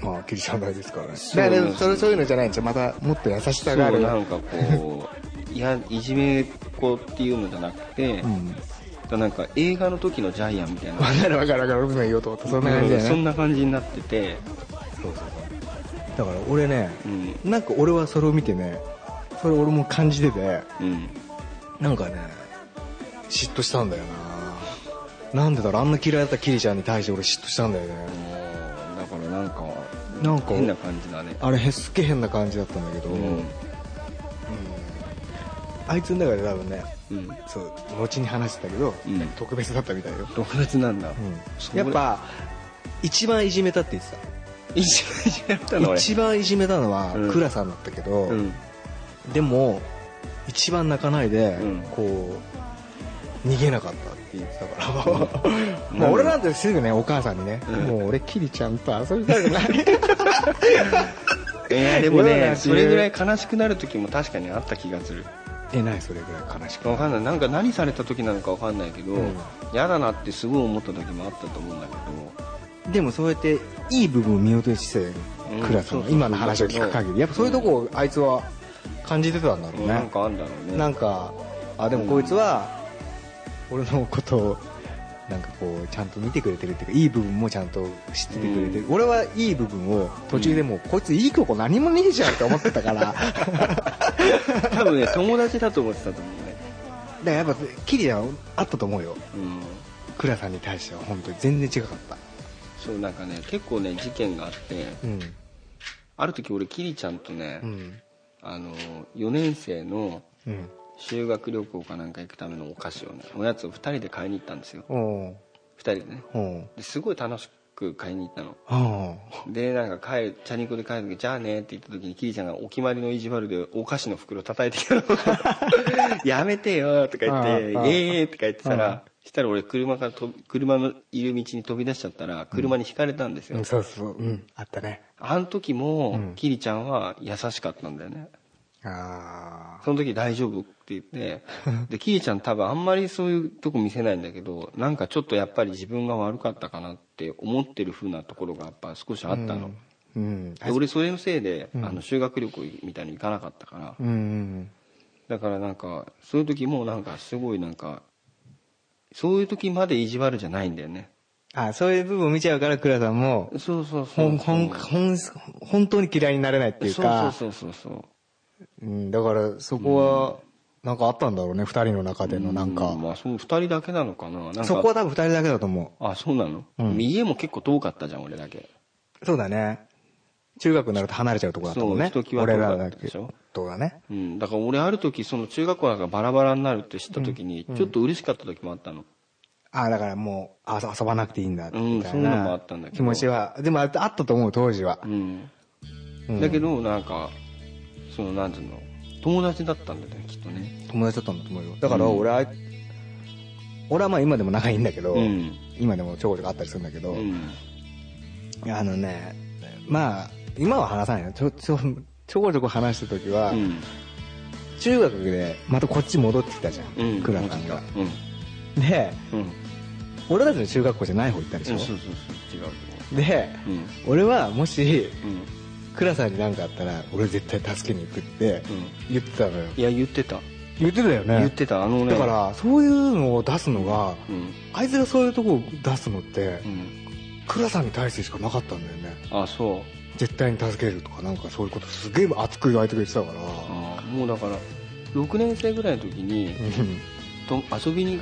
まあきりちゃん大事ですからねそうだからそれそういうのじゃないんですよまたもっと優しさがあそうるなんかこういやいじめっ子っていうのじゃなくて、うんなんか映画の時のジャイアンみたいなわかるわかるわかる僕も言おうと思った そんな感じだようんねそんな感じになってて、そうそうそうだから俺ねうんなんか俺はそれを見てねそれ俺も感じててうん、なんかね嫉妬したんだよななんでだろうあんな嫌いだったキリちゃんに対して俺嫉妬したんだよね、もうだからなんかなんか変な感じだねあれへすっげえ変な感じだったんだけど、うんあいつの中で多分ねうんそう後に話してたけど、うん特別だったみたいよ、特別なんだ、それやっぱ一番いじめたって言って一番いじめられたたの俺一番いじめたのはうんクラさんだったけど、うんでも一番泣かないで、うんこう逃げなかったって言ってたから、 まあ俺なんてすぐねお母さんにね、うんもう俺キリちゃんと遊びたくない いやでも世のね中それぐらい悲しくなる時も確かにあった気がするえないそれぐらい悲しくわかんないなんか何された時なのかわかんないけどうん嫌、だなってすごい思った時もあったと思うんだけどでもそうやっていい部分を見落としてうんクラさんそのうそうそう今の話を聞く限りやっぱそういうとこをあいつは感じてたんだろうなんねかあんだろうねなんかあでもこいつは俺のことをなんかこうちゃんと見てくれてるっていうかいい部分もちゃんと知っててくれてる、俺はいい部分を途中でもうこいついいとこ何もねえじゃんって思ってたから だか多分ね友達だと思ってたと思うねらやっぱキリはあったと思うようんクラさんに対しては本当に全然違かったそうなんかね結構ね事件があってうんある時俺キリちゃんとね、うんあの4年生のうん修学旅行かなんか行くためのお菓子をねおやつを2人で買いに行ったんですよおう2人でねおうですごい楽しく買いに行ったのおうでなんか帰るチャリンコで帰る時じゃあねって言った時にキリちゃんがお決まりの意地悪でお菓子の袋叩いて きたのやめてよとか言ってああああ「イエーイ!」とか言ってたらしたら俺車から飛び車のいる道に飛び出しちゃったら車にひかれたんですよ、うんそうそううんあったねあの時も、うんキリちゃんは優しかったんだよねああその時大丈夫って 言ってでキリちゃん多分あんまりそういうとこ見せないんだけどなんかちょっとやっぱり自分が悪かったかなって思ってる風なところがやっぱ少しあったの、うんで俺それのせいで、あの修学旅行みたいに行かなかったから、うんだからなんかそういう時もなんかすごいなんかそういう時まで意地悪じゃないんだよねあそういう部分を見ちゃうから倉さんもそうそうそほうんほんほん本当に嫌いになれないっていうかそうそうそうそううんだからそこはなんかあったんだろうね二人の中でのなんうかまあそう2人だけなのかななんかそこは多分二人だけだと思あそうなの、うん家も結構遠かったじゃん俺だけうそうだね中学になると離れちゃうとこだったもんねそうひときわ俺遠からっただでけしょとかねうん、だから俺ある時その中学校がバラバラになるって知った時にちょっと嬉しかった時もあったの、ああ、だからもう、あ遊ばなくていいんだ、うんみたいそういうのもあなったんだけど気持ちは、でもあったあったと思う、当時はう。んうんだけどなんかそのなんつうの友達だったんだよねきっとね友達だったんだと思うよ。だから俺は、俺はまあ今でも仲いいんだけど、うん今でもちょこちょこあったりするんだけど、うんあのね、まあ、今は話さないの。ちょ、ちょ、ちょこちょこ話した時は、うん中学でまたこっち戻ってきたじゃん、うんクラさんが。うんで、うん俺たちの中学校じゃない方行ったでしそょうそうそう違うで、うん俺はもし、うんクラさんに何かあったら、俺絶対助けに行くってう言ってたのよ。んいや言ってた言ってたよ言っね。てたあのねだから、そういうのを出すのが、うんあいつがそういうとこを出すのってう、んクラさんに対してしかなかったんだよね。あそう絶対に助けるとか、なんかそういうことすげえ熱く言われてくれてたから。あもうだから6年生ぐらいの時にと遊びに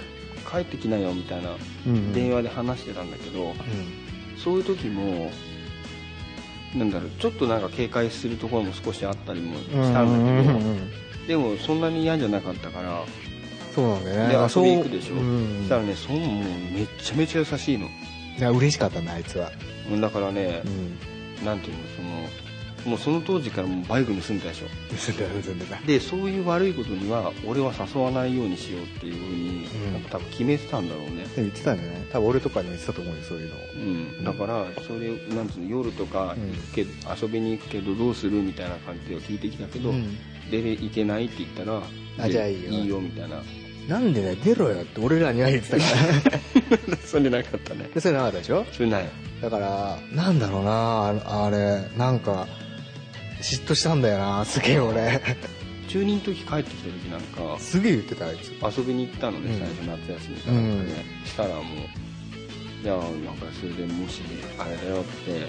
帰ってきなよみたいなうん電話で話してたんだけうどんそういう時もなんだろうちょっとなんか警戒するところも少しあったりもしたんだうけんうんどでもそんなに嫌じゃなかったからそうなんだよねでだから遊そうび行くでしょうんしたらねそのもうめっちゃめちゃ優しいのいや嬉しかったねあいつはうんだからねうんなんていうのそのもうその当時からもうバイク盗んでたでしょ盗んでた盗んでたでそういう悪いことには俺は誘わないようにしようっていうふううんになんか多分決めてたんだろうね、言ってたんじゃない多分俺とかにも言ってたと思うよそういうのをうん、だからそれなんつうの夜とかうん行け遊びに行くけどどうするみたいな感じでは聞いてきたけど、うん出れ行けないって言ったらあでじゃあいいよいいよみたいな なんでね出ろよって俺らには言ってたからそれなかったねで それなかったでしょそれないだからなんだろうなああれなんか嫉妬したんだよなすげえ俺中2の時帰ってきた時なんかすげえ言ってたあいつ遊びに行ったのね、うん最初夏休みかなんかね、したらもうじゃあなんかそれでもしあれだよって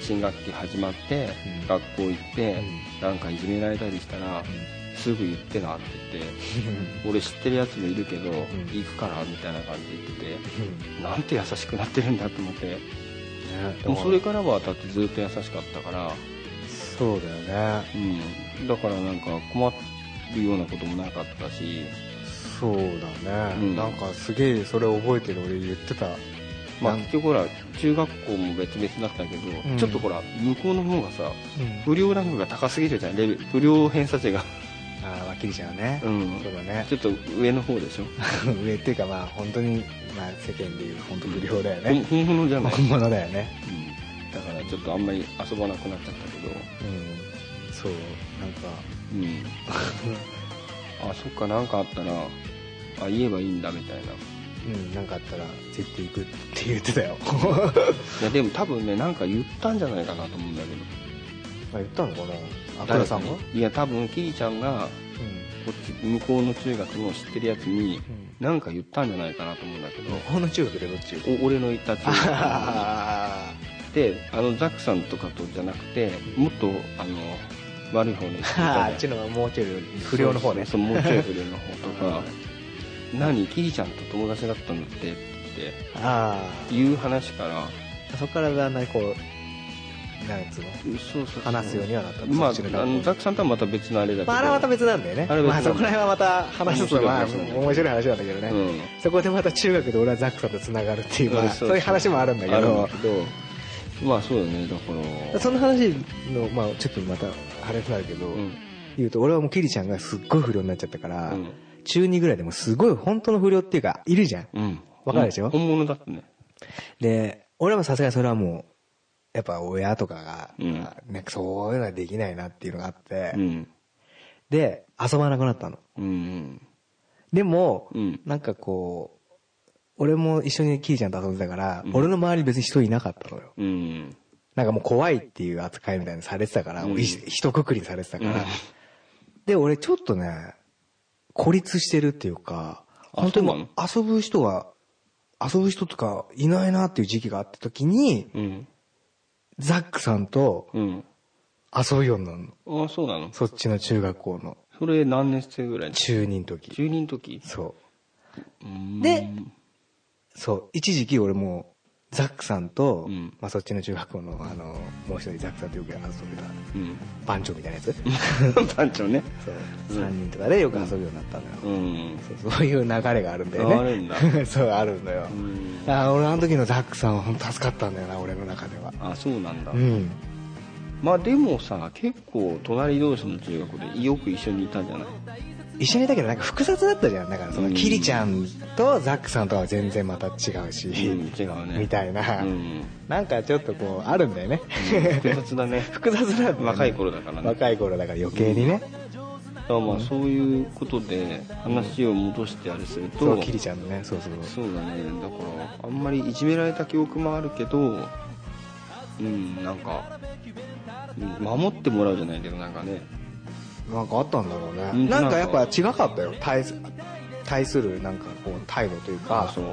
新学期始まって、うん学校行って、なんかいじめられたりしたら、すぐ言ってなって言って俺知ってるやつもいるけど、行くからみたいな感じで言っててなんて優しくなってるんだと思って もうそれかからはだってずっと優しかったから、そうだよねうん、だからなんか困るようなこともなかったしそうだね、うんなんかすげえそれ覚えてる俺言ってたまあなん結局ほら中学校も別々だったけど、うんちょっとほら向こうの方がさ不良ランクが高すぎるじゃんレベル不良偏差値がああわきりちゃ うね、うんそうだねちょっと上の方でしょ 上っていうかまあ本当にまあ世間でいう本当不良だよほんね、本物じゃない、本物だよねうんだからちょっとあんまり遊ばなくなっちゃったけどうんそうなんかうん あそっかなんかあったらあ言えばいいんだみたいなうんなんかあったら絶対行くって言ってたよ いやでも多分ねなんか言ったんじゃないかなと思うんだけどあ言ったのかなあ倉さんも誰かにいや多分キリちゃんがこっち向こうの中学の知ってるやつにんなんか言ったんじゃないかなと思うんだけうんこの中学でどっちど、お俺の行った 中学あであのザックさんとかとじゃなくてもっとあの悪い方に行っーた あーあねっちのもうちょい不良の方ねそうそうそうもうちょい不良の方とか 「何キリちゃんと友達だったんだって」ってあ言う話からあそこからだんだんこうなんつうのそうそうそう話すようにはなったまあそっちの学校あのザックさんとはまた別のあれだけど、まあ、あれはまた別なんだよね。あれは別まあ、そこら辺はまた話すと、面白いまあ、話なんだけど面白い話なんだけどね。うんそこでまた中学で俺はザックさんと繋がるっていう、まあ、んそういう話もあるんだけあるんどだ、けどまあそうだねだからその話の、まあ、ちょっとまた、あれになるけど、うん言うと、俺はもうキリちゃんがすっごい不良になっちゃったから、うん中2ぐらいでもすごい本当の不良っていうか、いるじゃん。うんわかるでしょ本物だったねで、俺はさすがにそれはもう、やっぱ親とかが、うんなんかそういうのはできないなっていうのがあって、うんで、遊ばなくなったの。うんでも、うんなんかこう、俺も一緒にキリちゃんと遊んでたから、うん俺の周りに別に人いなかったのよ。うんなんかもう怖いっていう扱いみたいにされてたから、うんもうい一括りにされてたから。うんで、俺ちょっとね、孤立してるっていうか、あ本当にそうもう遊ぶ人が、遊ぶ人とかいないなっていう時期があった時に、うんザックさんとうん遊ぶようになるの。ああそうなのそっちの中学校のそれ何年生ぐらい中2の時。中二の時そう。うんで、そう、一時期俺もうザックさんと、うんまあ、そっちの中学校のあのもう一人ザックさんとよく遊んでたうん番長みたいなやつ 番長ねそううん3人とかでよく遊ぶようになったんだよ、うんそうそういう流れがあるんだよねあるんだ そうあるんだよ、うんあー俺あの時のザックさんは本当助かったんだよな俺の中ではあそうなんだ、うんまあでもさ結構隣同士の中学でよく一緒にいたじゃない一緒にいたけどなんか複雑だったじゃんだからそのうんキリちゃんとザックさんとは全然また違うし、うん違うねみたいな、 うんなんかちょっとこうあるんだよね複雑だね複雑なんだよね若い頃だからね若い頃だから余計にね、だからまあそういうことで話を戻してあれすると、そうキリちゃんのねそうそうそうだねだからあんまりいじめられた記憶もあるけどうんなんかうん守ってもらうじゃないけどなんかねなんかあったんだろうね、うんなんかやっぱ違かったよ対す対するなんかこう態度というかそう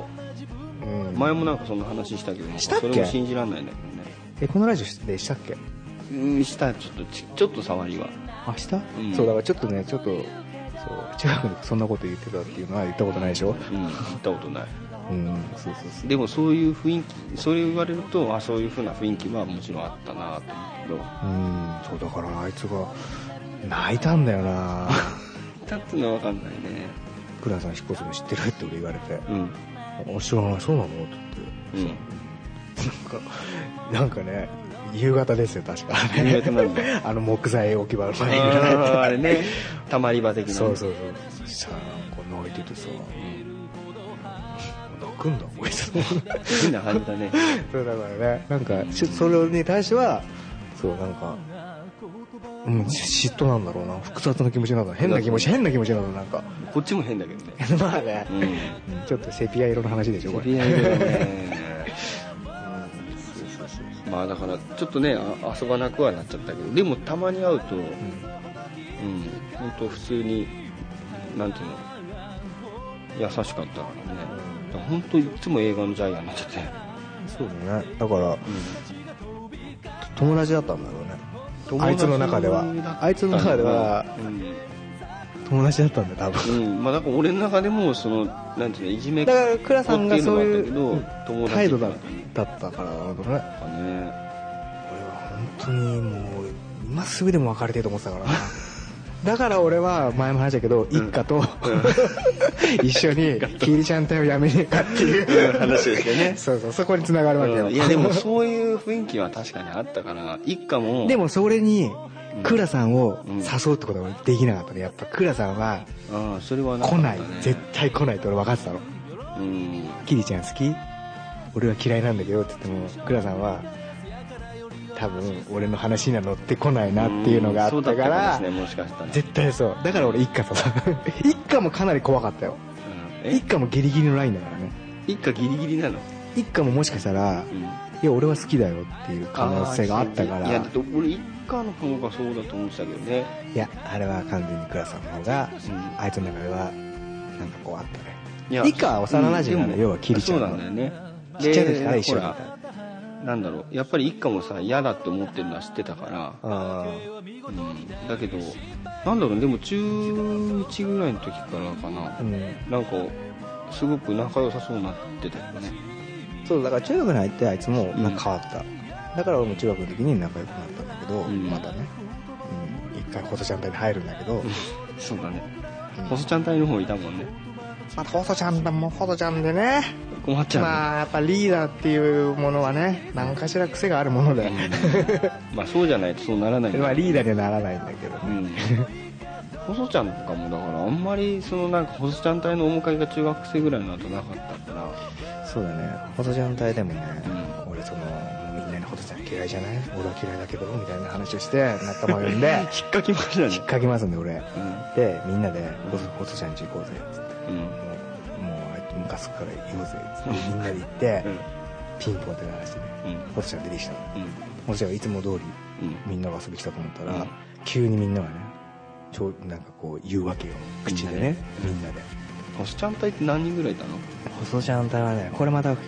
うん前もなんかそんな話したけどなんかしたっけそれも信じられないんだけどねえこのラジオでしたっけうんしたちょっとちちょっと触りは明日、うんそうだからちょっとねちょっとそう中学の時そんなこと言ってたっていうのは言ったことないでしょうん行ったことないうんそうそうそうでもそういう雰囲気それ言われるとあそういうふうな雰囲気はもちろんあったなと思ううんそうだからあいつが泣いたんだよなけど行ったっていうのは分かんないねクラさん引っ越すの知ってるって俺言われてう「んお知らないそうなの?」ってう言っんてなんかなんかね夕方ですよ確か 夕方なんだ あの木材置き場のあ前にいられてーあれ ねたまり場的なそうそうそうそしたらなんか泣いててさ泣くんだこいつ変な感じだねそうだからねなんかしそれに対してはそうなんかうんし嫉妬なんだろうな複雑な気持ちなんだ変な気持ち変な気持ちなんだなんかこっちも変だけどね まあね、うんちょっとセピア色の話でしょこれとりあえずねまあだからちょっとねあ遊ばなくはなっちゃったけどでもたまに会うとうん本当普通になんていうの優しかったからねだから本当いつも映画のジャイアンになっちゃってそうだねだから、友達だったんだろうね友あ達いつの中ではだったあいつの中では友達だったんだよ多う分ん、うんまあ、だから俺の中でもそのなんていうのいじめだから倉さんがそういっていうのもあったけどう友達態度だだったからなんだろうねとかね俺は本当にもう今すぐでも別れてえと思って たからなだから俺は前も話したけど、一家と、 一緒にキリちゃん隊をやめねえかっていう、 話ですよねそうそうそこに繋がるわけよ、うんいやでもそういう雰囲気は確かにあったから一家も でもそれに倉さんをうん誘うってことができなかったねやっぱ倉さんはああそれはな来かった、ね、ない、絶対来ないって俺分かってたのうんキリちゃん好き俺は嫌いなんだけどって言っても倉さんは多分俺の話には乗ってこないなっていうのがあったそうだかったらかもしれないもしかしたら、絶対そうだから俺一 家とさ一家もかなり怖かったようんえ一家もギリギリのラインだからね一家ギリギリなの、一家ももしかしたらうんいや俺は好きだよっていう可能性があったかいらやだって俺一家の方がそうだと思ってたけどねいやあれは完全に倉さんの方が、うんあいつの中ではなんかこうあったねいや以下は幼馴染なのでも要はキリちゃんそのうなんだよねちっちゃい時からで一緒だほったなんだろうやっぱり一家もさ嫌だって思ってるのは知ってたからあだけどなんだろうでも中1ぐらいの時からかな、ーうんなんかすごく仲良さそうになってたよねそうだから中学に入ってあいつもうんなんか変わった、だから俺も中学の時に仲良くなったんだけど、んまたね、うん、一回ホトちゃん隊に入るんだけど、そうだね細ちゃん隊の方いたもんねまたホトちゃんだもんホトちゃんでね困っちゃうね、まあやっぱリーダーっていうものはね何かしら癖があるもので、まあそうじゃないとそうならないんだまあリーダーにはならないんだけどうね、ん細ちゃんとかもだからあんまりそのなんか細ちゃん隊のお迎えが中学生ぐらいになるとなかったかそうだねホトちゃん隊でもね、う俺そのみんなにホトちゃん嫌いじゃない俺は嫌いだけどみたいな話をして仲間を呼ん でら引っかきました引っねかきますんで俺うんでみんなでホトホトちゃんち行こうぜっつってうんもうあいつムカつくから行こうぜっつってみんなで行って、うんピンポンって鳴らしてね、うんホトちゃん出てきたのうんホトちゃんはいつも通りうんみんなが遊び来たと思ったら、うん急にみんながねちょなんかこう言うわけよ口でねみんなで細ちゃん隊って何人ぐらいいたの細ちゃん隊はねこれまた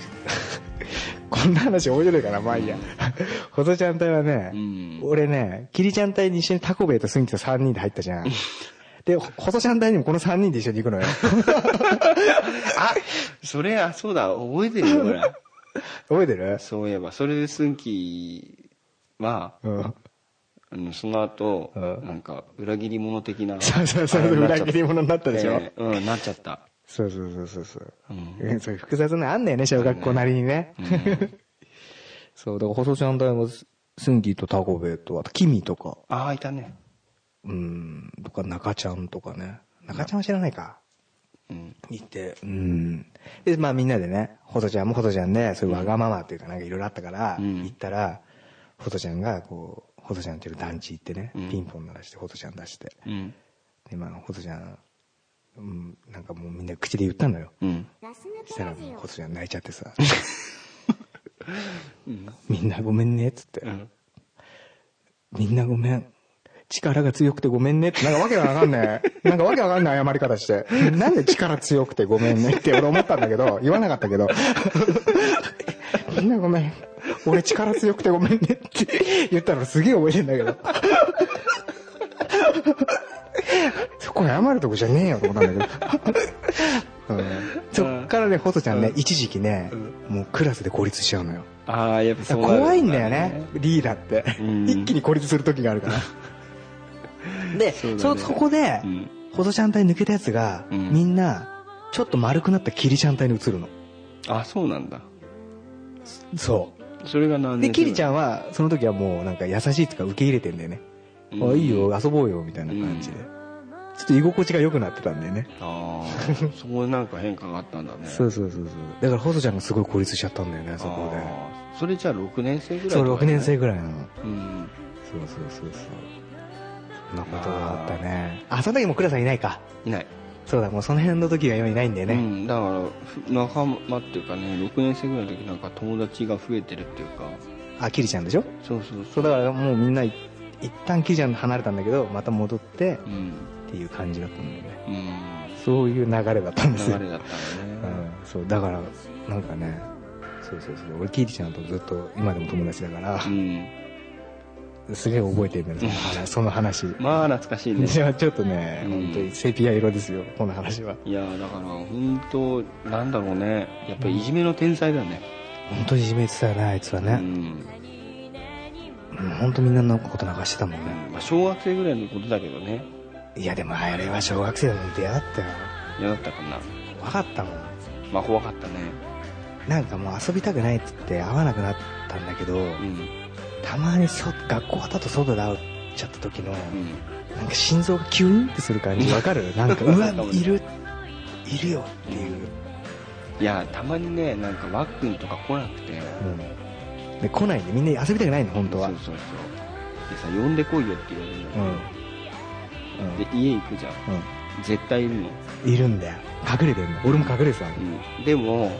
こんな話面白いからまあいいや細ちゃん隊はね、うん俺ねキリちゃん隊に一緒にタコベイとスンキと3人で入ったじゃんで、ほ細ちゃん隊にもこの3人で一緒に行くのよ。あそれあそうだ覚えてるよほら覚えてる そういえばそれでスンキーはうん。うんその後、うんなんか裏切り者的なそうそうそうあれになっちゃった裏切り者になったでしょええうんなっちゃった、そうそうそうそうそう。うんうん、そういう複雑なのあんだよね、小学校なりにね。そう、だから細ちゃん隊も、スンギーとタコベと、あとキミとか、ああいたねうん、とか中ちゃんとかね。中ちゃんは知らないか。うん行って、うん。で、まあみんなでね、ホトちゃんもホトちゃんで、そういうわがままっていうかなんかいろいろあったから、うん行ったら、ホトちゃんがこう、ホトちゃんっていう団地行ってね、うんピンポン鳴らしてホトちゃん出して、うんで、まあホトちゃん、うん、なんかもうみんな口で言ったのよ。うんしたらもうホトちゃん泣いちゃってさ、みんなごめんね、っつって、うんみんなごめん。力が強くてごめんねって、なんかわけがわかんない。なんかわけわかんない謝り方して。なんで力強くてごめんねって俺思ったんだけど、言わなかったけど。みんなごめん。俺力強くてごめんねって言ったのすげえ覚えてんだけど。そこ謝るとこじゃねえよと思ったんだけど。うんそっからね、ホトちゃんね、一時期ね、もうクラスで孤立しちゃうのよ。ああやっぱそうなる怖いんだよねリーダーってうん一気に孤立する時があるからでそそうだねそこでうんほどちゃん隊抜けたやつが、うんみんなちょっと丸くなったキリちゃん隊に移るのあそうなんだそそれが何う年で生キリちゃんはその時はもうなんか優しいとか受け入れてんだよね、うんあいいよ遊ぼうよみたいな感じで、うんちょっと居心地が良くなってたんだよね、ああそこでなんか変化があったんだねそうそうそうそうだからほどちゃんがすごい孤立しちゃったんだよねそこであーそれじゃあ6年生ぐらいそうと6かだね年生ぐらいなのうんそうそうそうそうそんなことがあったねあその時もクラさんいないかいない、そうだ、もうその辺の時は今いないんだようね。ん、だからふ仲間っていうかね6年生ぐらいの時なんか友達が増えてるっていうかあ、キリちゃんでしょそうそうそそう、だからもうみんな、い一旦キリちゃん離れたんだけど、また戻ってううんって いう感じだったんだよね。うんそういう流れだったんです流よ。れだったうんだねん、そう、だから、なんかね、そうそうそう、俺キリちゃんとずっと今でも友達だからう、んすげえ覚えてるんだよ、その話その話。まあ懐かしいねじゃあちょっとね、うん本当にセピア色ですよ、この話は。いやだから本当なんだろうねやっぱりいじめの天才だね本当にいじめてたよね、あいつはうね。ん、うん、本当みんなのこと流してたもんね。まあ、小学生ぐらいのことだけどねいや、でもあれは小学生だもん出会ったよ。嫌だったかな分かったもん。まあ怖かったねなんかもう遊びたくないっつって会わなくなったんだけど、うんたまにそ学校終わった後外で会っちゃった時の、うんなんか心臓がキューンってする感じわかる なんかうわわかるいるいるよっていう、いやたまにねなんかワックンとか来なくてうん、で来ないでみんな遊びたくないの本当はそうそうそうでさ呼んでこいよって言われるうん、うの、で家行くじゃんん絶対いるの、うん、いるんだよ隠れてんの俺も隠れてたのうん、でも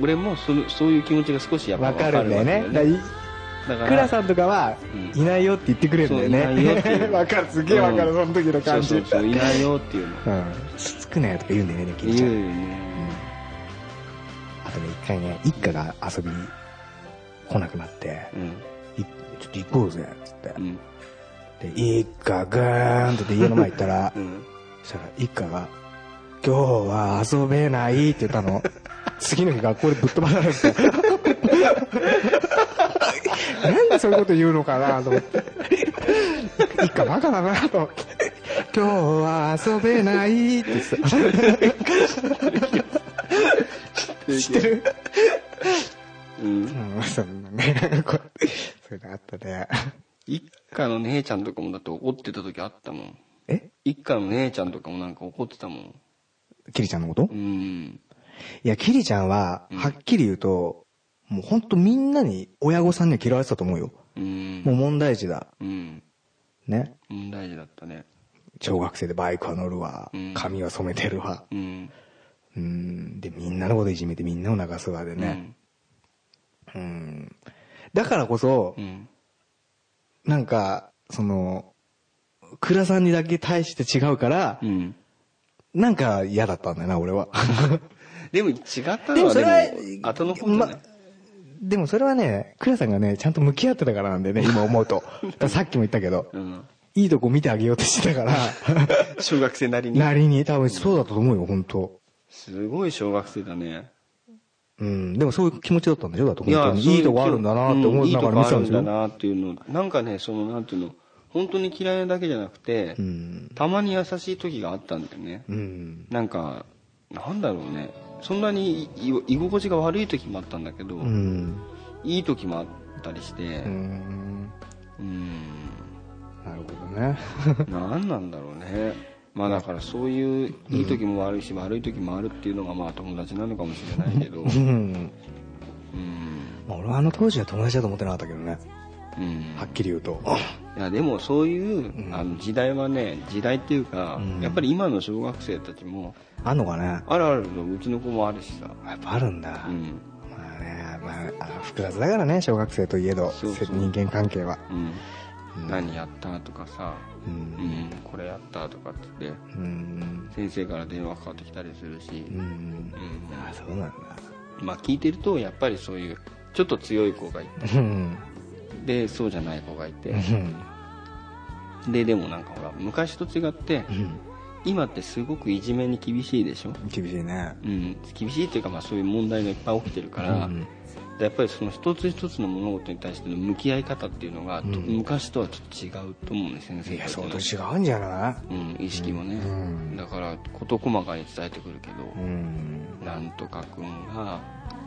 俺もそのそういう気持ちが少しやっぱわ分かかるるんんだだよよねねだからいだからクラさんとかは、うんいないよって言ってくれるんだよそういないよっていね うわかるすげえわかる、うそんの時のそ感うじそうそういないよっていうのうんつつくなよとか言うんだよねでもキリちゃ言んうよね、あとね、一回ね、一家が遊びに来なくなって、うんいちょっと行こうぜ、っつってう。んで、一家ぐーんって言って家の前行ったらう、んそしたら一家が、今日は遊べないって言ったの。次の日学校でぶっ飛ばされて。 なんでそういうこと言うのかなと思って。一家バカだなと思って。今日は遊べないって言ってた。知ってるうんうん、そんなね、こうそういうのあったね。一家の姉ちゃんとかもだって怒ってた時あったもんえ一家の姉ちゃんとかもなんか怒ってたもんキリちゃんのことうんいや、キリちゃんは、はっきり言うと、もうほんとみんなに、親御さんには嫌われてたと思うよ。うんもう問題児だ。うんね。うん大事だったね小学生でバイクは乗るわうん。髪は染めてるわ。うんうん。で、みんなのこといじめてみんなを流すわでね。うん。だからこそう、んなんか、その、倉さんにだけ対して違うからう、んなんか嫌だったんだよな、俺 は。でも違ったでのもはそでれはも後の方じゃないまでもそれはね、倉さんがね、ちゃんと向き合ってたからなんでね、今思 うと。だからさっきも言ったけど、うんいいとこ見てあげようとしてたから、小学生なりになりに多分そうだったと思うよ、本当すごい小学生だねうん、でもそういう気持ちだったんでしょだと本いや当にいいとこあるんだなって思いうんいいなとがこら見あてたるんでんすよだなっていうのなんかねそのなんていうの本当に嫌いなだけじゃなくて、うんたまに優しい時があったんだよね、うんなんかなんだろうねそんなにいい居心地が悪い時もあったんだけど、うんいい時もあったりしてうーんうんなるほどね何なんだろうねまあだからそういういい時も悪いし、悪い時もあるっていうのがまあ友達なのかもしれないけどうんうんまあ俺はあの当時は友達だと思ってなかったけどねうんはっきり言うといやでもそういう、うんあの時代はね時代っていうか、うんやっぱり今の小学生たちもあんのかねやあるあるのうちの子もあるしさ、っぱあるんだ、うんまあねまああの複雑だからね小学生といえどそうそうせ人間関係はうんうん何やったとかさ、ううんん、これやったとかって言ってうん先生から電話かかってきたりするし、うん、うんあそうなんだまあ聞いてるとやっぱりそういうちょっと強い子がいうんてでそうじゃない子がいてう、んででもなんかほら昔と違って今ってすごくいじめに厳しいでしょ、厳しいねうん、厳しいっていうかまあそういう問題がいっぱい起きてるから、うんでやっぱりその一つ一つの物事に対しての向き合い方っていうのが、とうん昔とはちょっと違うと思うね先い生やたち相の当違うんじゃなうん、意識もね、うんだから事細かに伝えてくるけど、いうんなんとか君が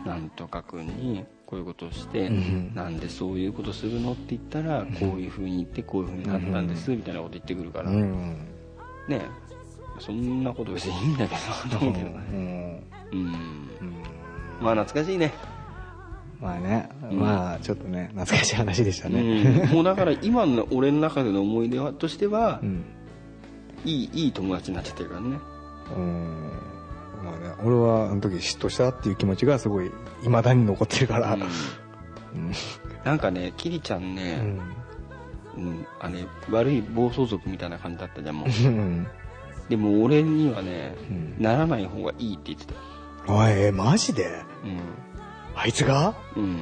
なんとか君にこういうことをして、うんなんでそういうことするのって言ったらこういうふうに言ってこういうふうになったんです、みたいなこと言ってくるから、うねんそんなこと別にいいんだけどと思うけどねうんうんまあ懐かしいねまあね、うんまあちょっとね懐かしい話でしたねうん、もうだから今の俺の中での思い出はとしては、うん、いいいい友達になっちゃってるからねうんまあね俺はあの時嫉妬したっていう気持ちがすごいいまだに残ってるからうんうんなんかねキリちゃんうね、んうんあれ悪い暴走族みたいな感じだったじゃんもううんでも俺にはね、うんならない方がいいって言ってたおいえマジであいつがうん、うんい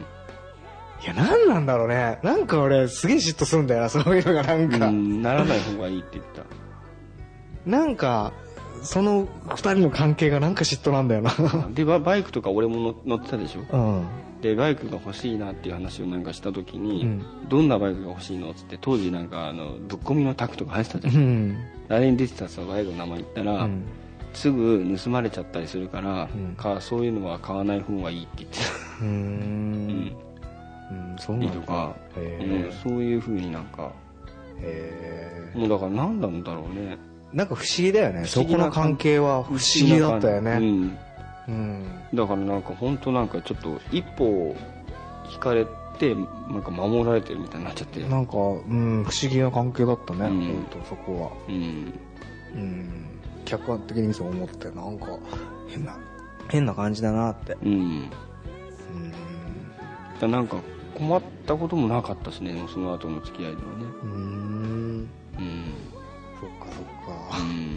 や何なんだろうねなんか俺すげえ嫉妬するんだよなそういうのがなんうか、ん、ならない方がいいって言ってたなんかその二人の関係がなんか嫉妬なんだよな でババイクとか俺も乗乗ってたでしょうんでバイクが欲しいなっていう話をなんかした時に、うんどんなバイクが欲しいのっつって当時なんかあのぶっ込みのタクとか入ってたじゃんうんあれに出てたさバイクの名前言ったら、うんすぐ盗まれちゃったりするから、うんかそういうのは買わない方がいいって言ってた、うーうんんうんそういないんだとか、へうんえそういうふうになんかへえもうだから何なんだろうねなんか不思議だよね不そ思議こなの関係は不思議だったようねん、うんだからなんか本当なんかちょっと一歩引かれてなんか守られてるみたいになっちゃってうなんかうん不思議な関係だったねうん本当そこはんうん客観的にそう思ってなんか変な変な感じだなってうんだかうんらなんか困ったこともなかったしねでもその後の付き合いではねうーんうんそっかそっうかん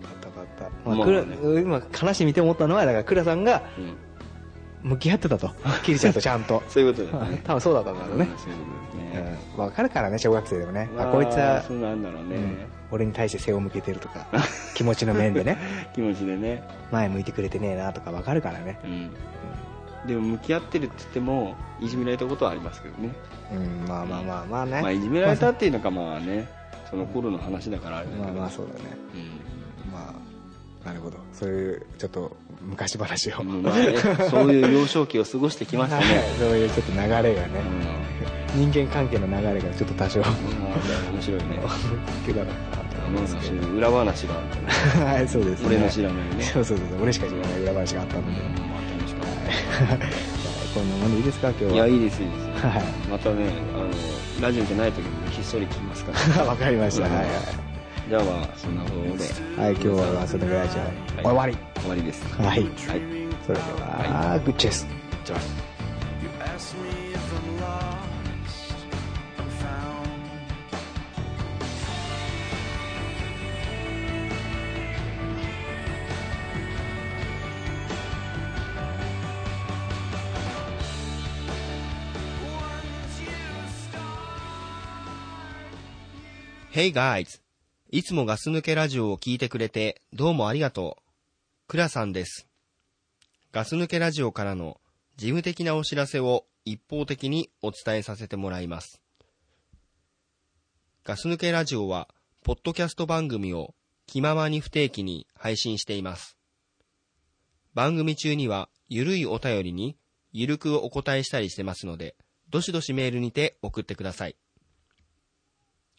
分かった分かった、まあまあくらね今悲しみて思ったのはだから倉さんがうん向き合ってた とキリちゃんとちゃんとそういうことだね多分そうだったんだろうね、そういうこうとですね、ん、分かるからね小学生でもね、まあ、こいつはそうなんだろうね、うん俺に対して背を向けてるとか 気持ちの面で ね気持ちでね、前向いてくれてねえなとか分かるからねうん、でも向き合ってるって言ってもいじめられたことはありますけどね、うんまあまあまあまあね、まあ、いじめられたっていうのかまあねその頃の話だからあれだけど、まあまあそうだねまあなるほどそういうちょっと昔話を、うんうんまあねそういう幼少期を過ごしてきましたはいね、そういうちょっと流れがね、うん人間関係の流れがちょっと多少ま あ面白いね気だったなと思いますけあの裏話があったねどはいそうです、ね、俺の知らないねそうそうそう俺しか知らない裏話があったので、はいまあ楽しかっ こんなもんでいいですか今日たはいやいいですいいですはいまたねあのラジオじゃない時もひっそり聞きますから わかりました、うんはいはいじゃあまあそんなことではい今日はそのぐらいじゃ、はい終わり終わりですはいはいそれでは、グッチェスじゃあ You ask me if I'm lost, I'm found. Hey guys! いつもガス抜けラジオを聞いてくれてどうもありがとう。クラさんです。ガス抜けラジオからの事務的なお知らせを一方的にお伝えさせてもらいます。ガス抜けラジオは、ポッドキャスト番組を気ままに不定期に配信しています。番組中には、ゆるいお便りに、ゆるくお答えしたりしてますので、どしどしメールにて送ってください。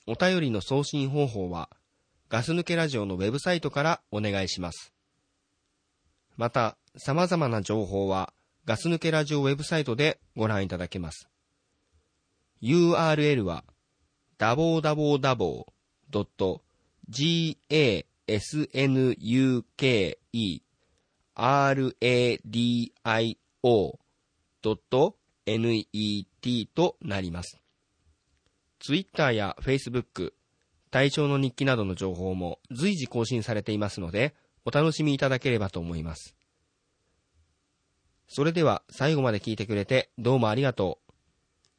お便りの送信方法は、ガス抜けラジオのウェブサイトからお願いします。また、様々な情報は、ガス抜けラジオウェブサイトでご覧いただけます。URL は、www.gasnukeradio.net となります。Twitter や Facebook、体調の日記などの情報も随時更新されていますので、お楽しみいただければと思います。それでは最後まで聞いてくれてどうもありがとう。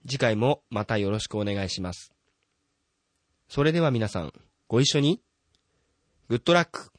次回もまたよろしくお願いします。それでは皆さん、ご一緒に。グッドラック